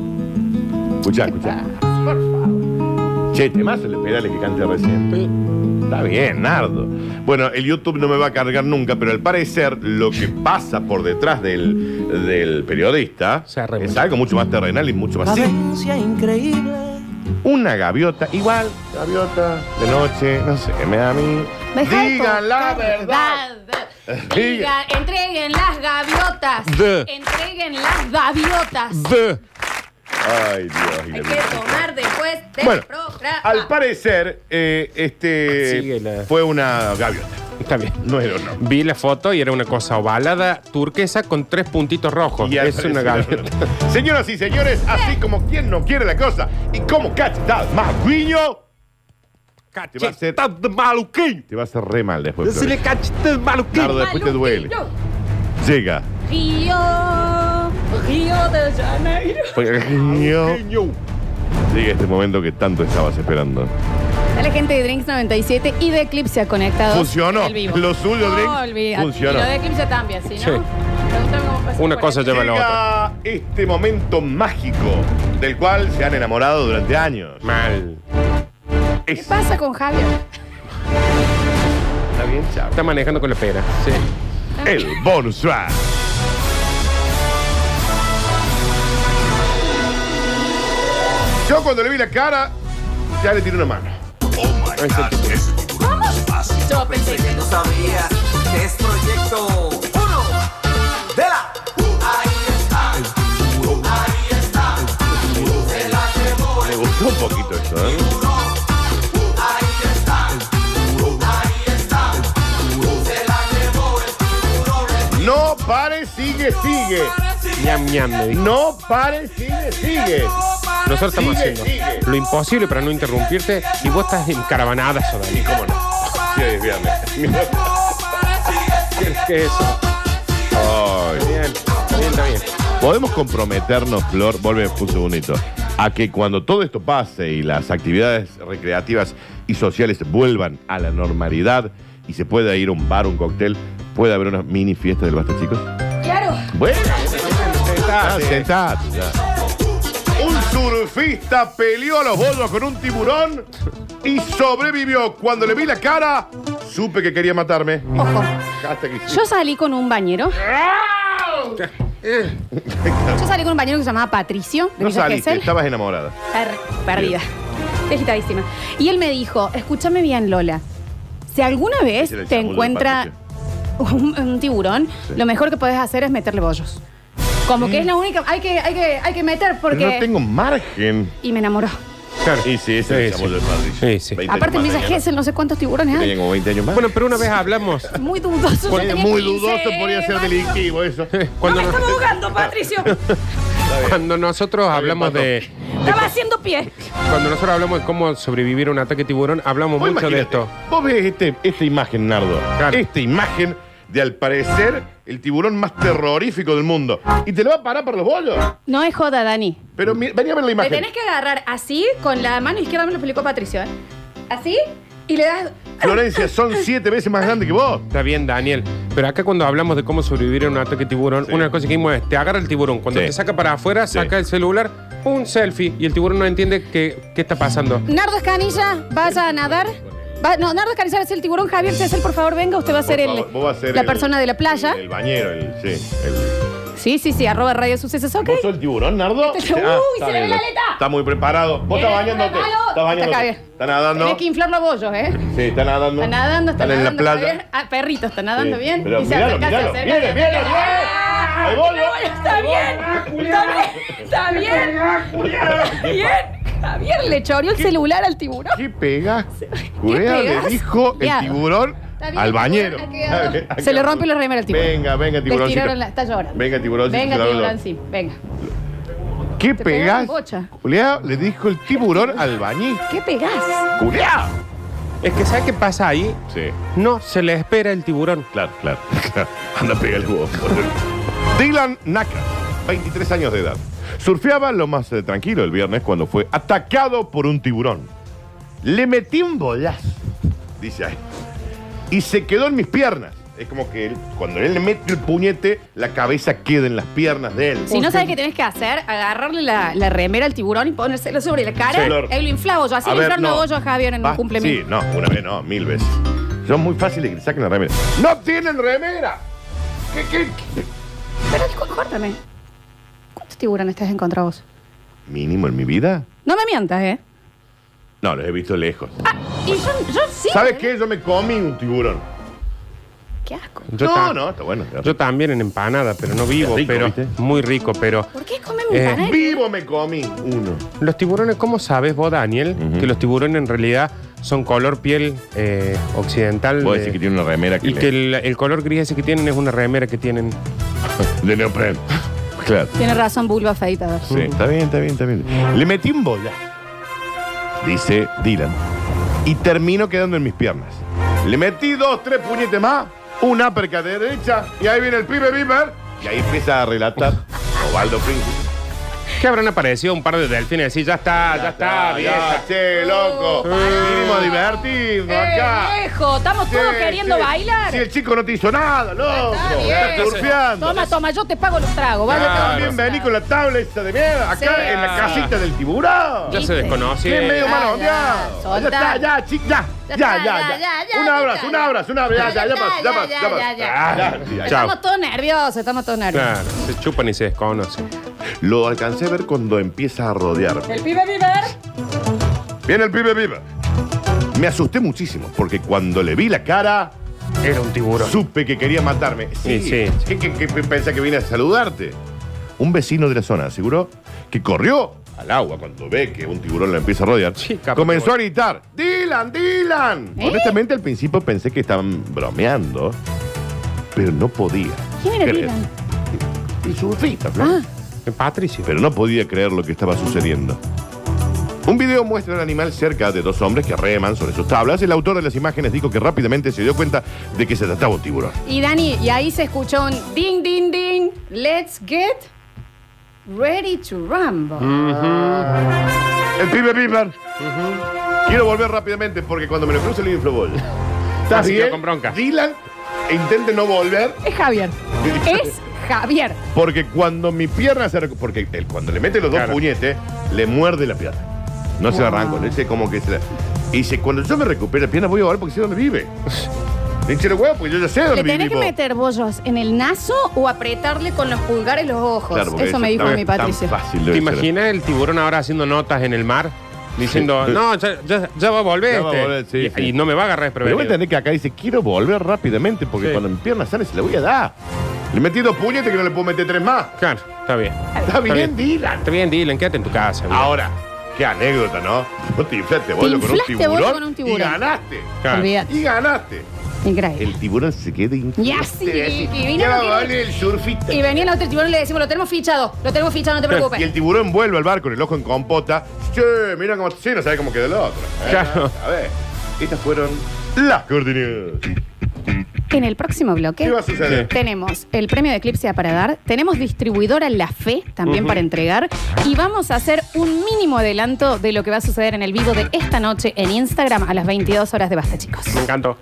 Speaker 2: Escuchá, escuchá. Por favor. Che, temazo el pedale que cante recién. Está bien, Nardo. Bueno, el YouTube no me va a cargar nunca, pero al parecer lo que pasa por detrás del, del periodista
Speaker 3: Se arregla.
Speaker 2: es algo mucho más terrenal y mucho más simple.
Speaker 6: Cadencia increíble.
Speaker 2: Una gaviota, igual, gaviota, de noche, no sé, me da a mí.
Speaker 1: Deja de
Speaker 2: Digan la
Speaker 1: contar
Speaker 2: verdad.
Speaker 1: Diga, entreguen las gaviotas.
Speaker 3: De.
Speaker 1: Entreguen las gaviotas.
Speaker 3: De-
Speaker 2: Ay, Dios. y
Speaker 1: Hay
Speaker 2: la
Speaker 1: que
Speaker 2: vida.
Speaker 1: tomar después del
Speaker 2: Bueno,
Speaker 1: programa.
Speaker 2: al parecer, eh, este
Speaker 3: Sigue la-
Speaker 2: fue una gaviota.
Speaker 3: Está bien.
Speaker 2: No era un hombre.
Speaker 3: Vi la foto y era una cosa ovalada turquesa con tres puntitos rojos.
Speaker 2: Y al
Speaker 3: es una
Speaker 2: parecer-
Speaker 3: gaviota.
Speaker 2: Señoras y señores, así como quien no quiere la cosa y como cachetada Maguiño, va a hacer-
Speaker 3: Cachetad de maluquín.
Speaker 2: te va a hacer re mal después.
Speaker 3: Decirle
Speaker 2: Flores.
Speaker 3: cachetad de maluquín.
Speaker 2: Nardo, después te duele. Llega.
Speaker 1: Río, Río de Janeiro.
Speaker 2: Llega este momento que tanto estabas esperando.
Speaker 1: Está la gente de Drinks 97 y de Eclipse ha conectado.
Speaker 2: Funcionó.
Speaker 1: el vivo.
Speaker 2: Lo suyo,
Speaker 1: No,
Speaker 2: Drinks,
Speaker 1: olvídate.
Speaker 2: funcionó.
Speaker 1: Y lo de Eclipse también, ¿sí, no?
Speaker 3: Sí.
Speaker 1: Pregúntame cómo pasó
Speaker 3: Una
Speaker 1: por
Speaker 3: cosa
Speaker 1: ahí.
Speaker 3: lleva a la otra.
Speaker 2: Llega este momento mágico del cual se han enamorado durante años.
Speaker 3: Mal.
Speaker 1: ¿Qué
Speaker 2: Es-
Speaker 1: pasa con Javier?
Speaker 2: Está bien, chao.
Speaker 3: Está manejando con la pera. Sí.
Speaker 2: El bonus track. Yo cuando le vi la cara, ya le tiré una mano.
Speaker 1: Yo pensé que
Speaker 7: No sabía que es proyecto 1 de la Ahí está, ahí está, se la llevó
Speaker 2: Me gustó un poquito eso, ¿eh?
Speaker 7: Ahí está, ahí está, se la llevó el tiburón.
Speaker 2: No pare, sigue, sigue.
Speaker 3: Ñam, ñam, me dijo.
Speaker 2: No pare, sigue, sigue.
Speaker 3: Nosotros estamos
Speaker 2: Sigue,
Speaker 3: haciendo
Speaker 2: sigue.
Speaker 3: lo imposible para no interrumpirte y vos estás en caravanadas, Dani.
Speaker 2: ¿Cómo no? Sí, es viernes.
Speaker 3: ¿Qué es eso?
Speaker 2: Ay.
Speaker 3: Bien, está bien, está bien.
Speaker 2: Podemos comprometernos, Flor, vuelve un segundito, a que cuando todo esto pase y las actividades recreativas y sociales vuelvan a la normalidad y se pueda ir a un bar, un cóctel, puede haber una mini fiesta del Basta, chicos.
Speaker 1: Claro.
Speaker 2: Bueno, sentate, sentate, ya. Un surfista peleó a los bolos con un tiburón y sobrevivió. Cuando le vi la cara, supe que quería matarme.
Speaker 1: Ojo.
Speaker 2: Hasta que
Speaker 1: Yo salí con un bañero. Yo salí con un bañero que se llamaba Patricio. de
Speaker 2: no
Speaker 1: Villa
Speaker 2: saliste,
Speaker 1: Gesell.
Speaker 2: estabas enamorada.
Speaker 1: Per- perdida. Agitadísima. Y él me dijo, escúchame bien, Lola. Si alguna vez
Speaker 2: Ese era el
Speaker 1: te
Speaker 2: chamuyo de
Speaker 1: encuentra un, un tiburón,
Speaker 2: Sí.
Speaker 1: lo mejor que puedes hacer es meterle bollos. Como que es la única... Hay que, hay que, hay que meter porque...
Speaker 2: No tengo margen.
Speaker 1: Y me enamoró.
Speaker 3: Claro.
Speaker 2: Y sí, ese es
Speaker 3: Sí,
Speaker 2: el chamuyo
Speaker 3: sí.
Speaker 2: del padrillo.
Speaker 3: Sí, sí.
Speaker 2: 20
Speaker 1: Aparte en
Speaker 2: años
Speaker 1: Villa
Speaker 2: más,
Speaker 1: Gesell no sé cuántos tiburones
Speaker 2: Tenía
Speaker 1: hay.
Speaker 2: como 20 años más.
Speaker 3: Bueno, pero una vez hablamos.
Speaker 1: Muy dudoso. yo
Speaker 2: Sí,
Speaker 1: tenía
Speaker 2: muy
Speaker 1: 15,
Speaker 2: dudoso, podría ser
Speaker 1: Mario.
Speaker 2: delictivo eso.
Speaker 1: No me
Speaker 3: Cuando,
Speaker 1: estaba ahogando, Patricio.
Speaker 3: cuando nosotros hablamos
Speaker 2: Pato.
Speaker 3: de
Speaker 1: Estaba haciendo pie.
Speaker 3: cuando nosotros hablamos de cómo sobrevivir a un ataque tiburón, hablamos
Speaker 2: Vos
Speaker 3: mucho de
Speaker 2: imagínate,
Speaker 3: esto.
Speaker 2: Vos ves este- esta imagen, Nardo.
Speaker 3: Claro.
Speaker 2: Esta imagen de al parecer el tiburón más terrorífico del mundo. Y te lo va a parar por los bollos.
Speaker 1: No es joda, Dani.
Speaker 2: Pero mi- vení a ver la
Speaker 1: Te
Speaker 2: imagen.
Speaker 1: tenés que agarrar así, con la mano izquierda, me lo explicó Patricio. ¿eh? Así, y le das.
Speaker 2: Florencia, son siete veces más grande que vos.
Speaker 3: Está bien, Daniel. Pero acá cuando hablamos de cómo sobrevivir a un ataque tiburón,
Speaker 2: Sí.
Speaker 3: una cosa que vimos es, te agarra el tiburón. Cuando
Speaker 2: Sí.
Speaker 3: te saca para afuera,
Speaker 2: Sí.
Speaker 3: saca el celular, un selfie. Y el tiburón no entiende qué, qué está pasando.
Speaker 1: Nardo Escanilla, vaya a nadar. Va- no, Nardo Escanilla va a ser el tiburón. Javier César, por favor, venga. Usted va a ser,
Speaker 2: Por
Speaker 1: el,
Speaker 2: favor, vos vas a ser
Speaker 1: la
Speaker 2: el-
Speaker 1: persona de la playa.
Speaker 2: El bañero, el. Sí. el-
Speaker 1: Sí, sí, sí, arroba Radio Sucesos, ok.
Speaker 2: ¿Vos sos el tiburón, Nardo? Ah,
Speaker 1: Este- Uy,
Speaker 2: está
Speaker 1: se le ve
Speaker 2: bien,
Speaker 1: la
Speaker 2: lo-
Speaker 1: aleta.
Speaker 2: Está muy preparado. Vos estás
Speaker 1: Eres
Speaker 2: bañándote.
Speaker 1: re Eh, malo.
Speaker 2: Estás bañándote.
Speaker 1: Está acá,
Speaker 2: Está nadando.
Speaker 1: Tenés que inflar los bollos, ¿eh?
Speaker 2: Sí, está nadando.
Speaker 1: Está nadando, está
Speaker 2: Están
Speaker 1: nadando.
Speaker 2: en la playa.
Speaker 1: Javier. Ah, perrito, está nadando
Speaker 2: Sí.
Speaker 1: bien.
Speaker 2: Pero
Speaker 1: y se
Speaker 2: míralo,
Speaker 1: acerca,
Speaker 2: míralo.
Speaker 1: se acerca.
Speaker 2: Viene, viene, viene.
Speaker 1: ¡Ah!
Speaker 2: Ahí voy,
Speaker 1: Ahí voy,
Speaker 2: ¿no?
Speaker 1: Está bien, está bien, está bien. Está bien. Javier le choreó el celular al tiburón.
Speaker 2: ¿Qué pegas? Curea le
Speaker 1: pegas?
Speaker 2: dijo el
Speaker 1: Ya.
Speaker 2: tiburón
Speaker 1: Está bien,
Speaker 2: al
Speaker 1: el
Speaker 2: bañero.
Speaker 1: tiburón ha quedado-
Speaker 2: Está bien, ha
Speaker 1: Se le
Speaker 2: quedado.
Speaker 1: rompió la remera al tiburón.
Speaker 2: Venga, venga,
Speaker 1: Le
Speaker 2: tiburón.
Speaker 1: tiraron la. Está llorando.
Speaker 2: Venga, tiburón.
Speaker 1: Venga, tiburón, sí. Venga.
Speaker 2: ¿Qué
Speaker 1: Te pegaron
Speaker 2: pegas?
Speaker 1: bocha.
Speaker 2: Culeado le dijo el tiburón al bañí.
Speaker 1: ¿Qué pegás?
Speaker 2: ¡Culeado!
Speaker 3: Es que ¿sabes qué pasa ahí?
Speaker 2: Sí,
Speaker 3: No se le espera el tiburón.
Speaker 2: claro, claro. Anda, pégale vos. Dylan Naka, 23 años de edad. Surfeaba lo más eh, tranquilo el viernes cuando fue atacado por un tiburón. Le metí un bolazo, dice ahí. Y se quedó en mis piernas. Es como que él, cuando él le mete el puñete, la cabeza queda en las piernas de él.
Speaker 1: Si no sabes qué tenés que hacer, agarrarle la, la remera al tiburón y ponérselo sobre la cara.
Speaker 2: Sí.
Speaker 1: Él lo inflaba yo. Así
Speaker 2: A
Speaker 1: le
Speaker 2: ver,
Speaker 1: inflaron
Speaker 2: no.
Speaker 1: a bollo a Javier en
Speaker 2: Va-
Speaker 1: un
Speaker 2: Sí,
Speaker 1: cumpleaños.
Speaker 2: no, una vez no, mil veces. Son muy fáciles que le saquen la remera. ¡No tienen remera! ¿Qué, qué, qué?
Speaker 1: Pero cu- córtame. ¿Cuántos tiburones te has encontrado vos?
Speaker 2: mínimo en mi vida?
Speaker 1: No me mientas, ¿eh?
Speaker 2: No, los he visto lejos.
Speaker 1: Ah, y yo, yo sí.
Speaker 2: ¿Sabes qué? Yo me comí un tiburón.
Speaker 1: Qué asco.
Speaker 3: Yo
Speaker 2: no,
Speaker 3: ta-
Speaker 2: no, está bueno. está
Speaker 3: Yo también en empanada, pero no vivo,
Speaker 2: Rico,
Speaker 3: pero
Speaker 2: ¿viste?
Speaker 3: muy rico, pero
Speaker 1: ¿Por qué comen mi
Speaker 3: Eh,
Speaker 2: rico.
Speaker 1: panel?
Speaker 2: Vivo me comí uno.
Speaker 3: los tiburones, ¿cómo sabes vos, Daniel,
Speaker 2: Ujú.
Speaker 3: que los tiburones en realidad son color piel eh, occidental
Speaker 2: Vos
Speaker 3: de-
Speaker 2: decís que tiene una remera que
Speaker 3: y que
Speaker 2: le-
Speaker 3: el, el color gris ese que tienen es una remera que tienen?
Speaker 2: de neopren. Mm. Claro.
Speaker 1: Tiene razón, Bulbo afeitador.
Speaker 2: Sí, está bien, está bien, está bien. Le metí un bola, dice Dylan, y termino quedando en mis piernas. Le metí dos, tres puñetes más, una uppercut de derecha, y ahí viene el pibe Bieber, y ahí empieza a relatar Ovaldo Príncipe.
Speaker 3: ¿Qué habrán aparecido un par de delfines? Así, ya está, ya, está, bien.
Speaker 2: ya, che, loco, vinimos a divertirnos acá.
Speaker 1: ¡Eh, viejo! Estamos todos
Speaker 2: Sí,
Speaker 1: queriendo
Speaker 2: sí.
Speaker 1: bailar.
Speaker 2: Si el chico no te hizo nada, loco.
Speaker 1: Está bien.
Speaker 2: Está surfeando.
Speaker 1: Toma, toma, yo te pago los tragos. Vaya,
Speaker 3: Claro.
Speaker 1: te
Speaker 2: También
Speaker 1: pago los
Speaker 2: vení
Speaker 1: tragos.
Speaker 2: con la tabla esa de mierda, acá
Speaker 1: Sí.
Speaker 2: en la casita del tiburón.
Speaker 3: Ya se
Speaker 1: ¿Viste?
Speaker 2: Qué medio
Speaker 3: desconoce.
Speaker 2: malo,
Speaker 1: ya,
Speaker 2: ya. Ya
Speaker 1: soltá.
Speaker 2: está, ya, chic, ya. Ya,
Speaker 1: Ya
Speaker 2: ya,
Speaker 1: está,
Speaker 2: ya.
Speaker 1: ya, ya, ya,
Speaker 2: Un
Speaker 1: ya
Speaker 2: abrazo,
Speaker 1: está,
Speaker 2: un
Speaker 1: ya.
Speaker 2: abrazo, un abrazo. Ya, ya, ya, pasa, ya,
Speaker 1: Ya,
Speaker 2: pasa,
Speaker 1: ya,
Speaker 2: ya,
Speaker 1: ya, ya.
Speaker 2: pasa. Ah, sí, ya.
Speaker 3: Chao.
Speaker 1: Estamos todos nerviosos, estamos todos nerviosos.
Speaker 3: Claro, se chupan y se desconocen.
Speaker 2: Lo alcancé a ver cuando empieza a rodearme.
Speaker 1: El pibe vive.
Speaker 2: Viene el pibe viva. Me asusté muchísimo porque cuando le vi la cara,
Speaker 3: Era un tiburón.
Speaker 2: supe que quería matarme. Sí,
Speaker 3: Sí, sí.
Speaker 2: ¿Qué, qué, qué pensás que vine a saludarte? Un vecino de la zona aseguró que corrió al agua cuando ve que un tiburón la empieza a rodear.
Speaker 3: Sí, capaz
Speaker 2: comenzó
Speaker 3: que-
Speaker 2: a gritar, ¡Dylan, Dylan!
Speaker 1: ¿Eh?
Speaker 2: Honestamente al principio pensé que estaban bromeando, pero no podía.
Speaker 1: ¿Quién era
Speaker 2: creer.
Speaker 1: Dylan?
Speaker 2: El surfista, Flor.
Speaker 1: Ah.
Speaker 3: Eh, Patricio.
Speaker 2: Pero no podía creer lo que estaba sucediendo. Un video muestra al animal cerca de dos hombres que reman sobre sus tablas. El autor de las imágenes dijo que rápidamente se dio cuenta de que se trataba un tiburón.
Speaker 1: Y Dani, y ahí se escuchó un ding, ding, ding. Let's get ready to rumble.
Speaker 2: Mm. El pibe Piper. Quiero volver rápidamente porque cuando me lo cruce el inflobol. ¿Estás
Speaker 3: Así
Speaker 2: bien?
Speaker 3: que con bronca.
Speaker 2: Dylan e intente no volver
Speaker 1: Es Javier. es Javier.
Speaker 2: porque cuando mi pierna se recu- porque él cuando le mete los dos
Speaker 3: Claro.
Speaker 2: puñetes le muerde la pierna. No se la arranco, le dice como que se la- y dice, cuando yo me recupere la pierna voy a volver porque sé dónde vive. Le dice, huevo, porque yo ya sé dónde
Speaker 1: ¿Le tenés
Speaker 2: vive.
Speaker 1: que meter bollos en el naso o apretarle con los pulgares los ojos? eso me dijo mi Patricio.
Speaker 3: ¿Te imaginas el tiburón ahora haciendo notas en el mar? Diciendo,
Speaker 2: Sí.
Speaker 3: no, ya, ya- ya va a volver.
Speaker 2: Ya va a
Speaker 3: este".
Speaker 2: volver, sí,
Speaker 3: y,
Speaker 2: sí.
Speaker 3: y no me va a agarrar
Speaker 2: Pero voy a
Speaker 3: desprevenido.
Speaker 2: entender que acá dice, quiero volver rápidamente porque
Speaker 3: Sí.
Speaker 2: cuando mi pierna sale se la voy a dar. Le metí dos puñetes que no le puedo meter tres más.
Speaker 3: Claro, está bien.
Speaker 2: Está bien,
Speaker 3: bien.
Speaker 2: Dylan.
Speaker 3: Está bien, Dylan, quédate en tu casa. bien.
Speaker 2: Ahora, Qué anécdota, ¿no? Vos te inflaste bollo con un
Speaker 1: inflaste
Speaker 2: tiburón.
Speaker 1: bollo con un tiburón.
Speaker 2: Y ganaste.
Speaker 3: Claro.
Speaker 1: Olvídate.
Speaker 2: Y ganaste.
Speaker 1: Increíble.
Speaker 2: El tiburón se queda inflado.
Speaker 1: Y así,
Speaker 2: Te decís,
Speaker 1: y vino
Speaker 2: ya
Speaker 1: lo
Speaker 2: va
Speaker 1: que-
Speaker 2: a valer el surfista.
Speaker 1: Y venía el otro tiburón y le decimos, lo tenemos fichado, lo tenemos fichado, no te preocupes.
Speaker 2: Y el tiburón vuelve al barco con el ojo en compota. Che, mira cómo. Sí, no sabe cómo quedó el otro. Eh,
Speaker 3: Claro.
Speaker 2: A ver, estas fueron las coordenadas.
Speaker 1: En el próximo bloque
Speaker 2: ¿Qué va a suceder?
Speaker 1: tenemos el premio de Eclipse para dar, tenemos distribuidora La Fe también para entregar y vamos a hacer un mínimo adelanto de lo que va a suceder en el vivo de esta noche en Instagram a las 22 horas de Basta, chicos.
Speaker 3: Me encantó.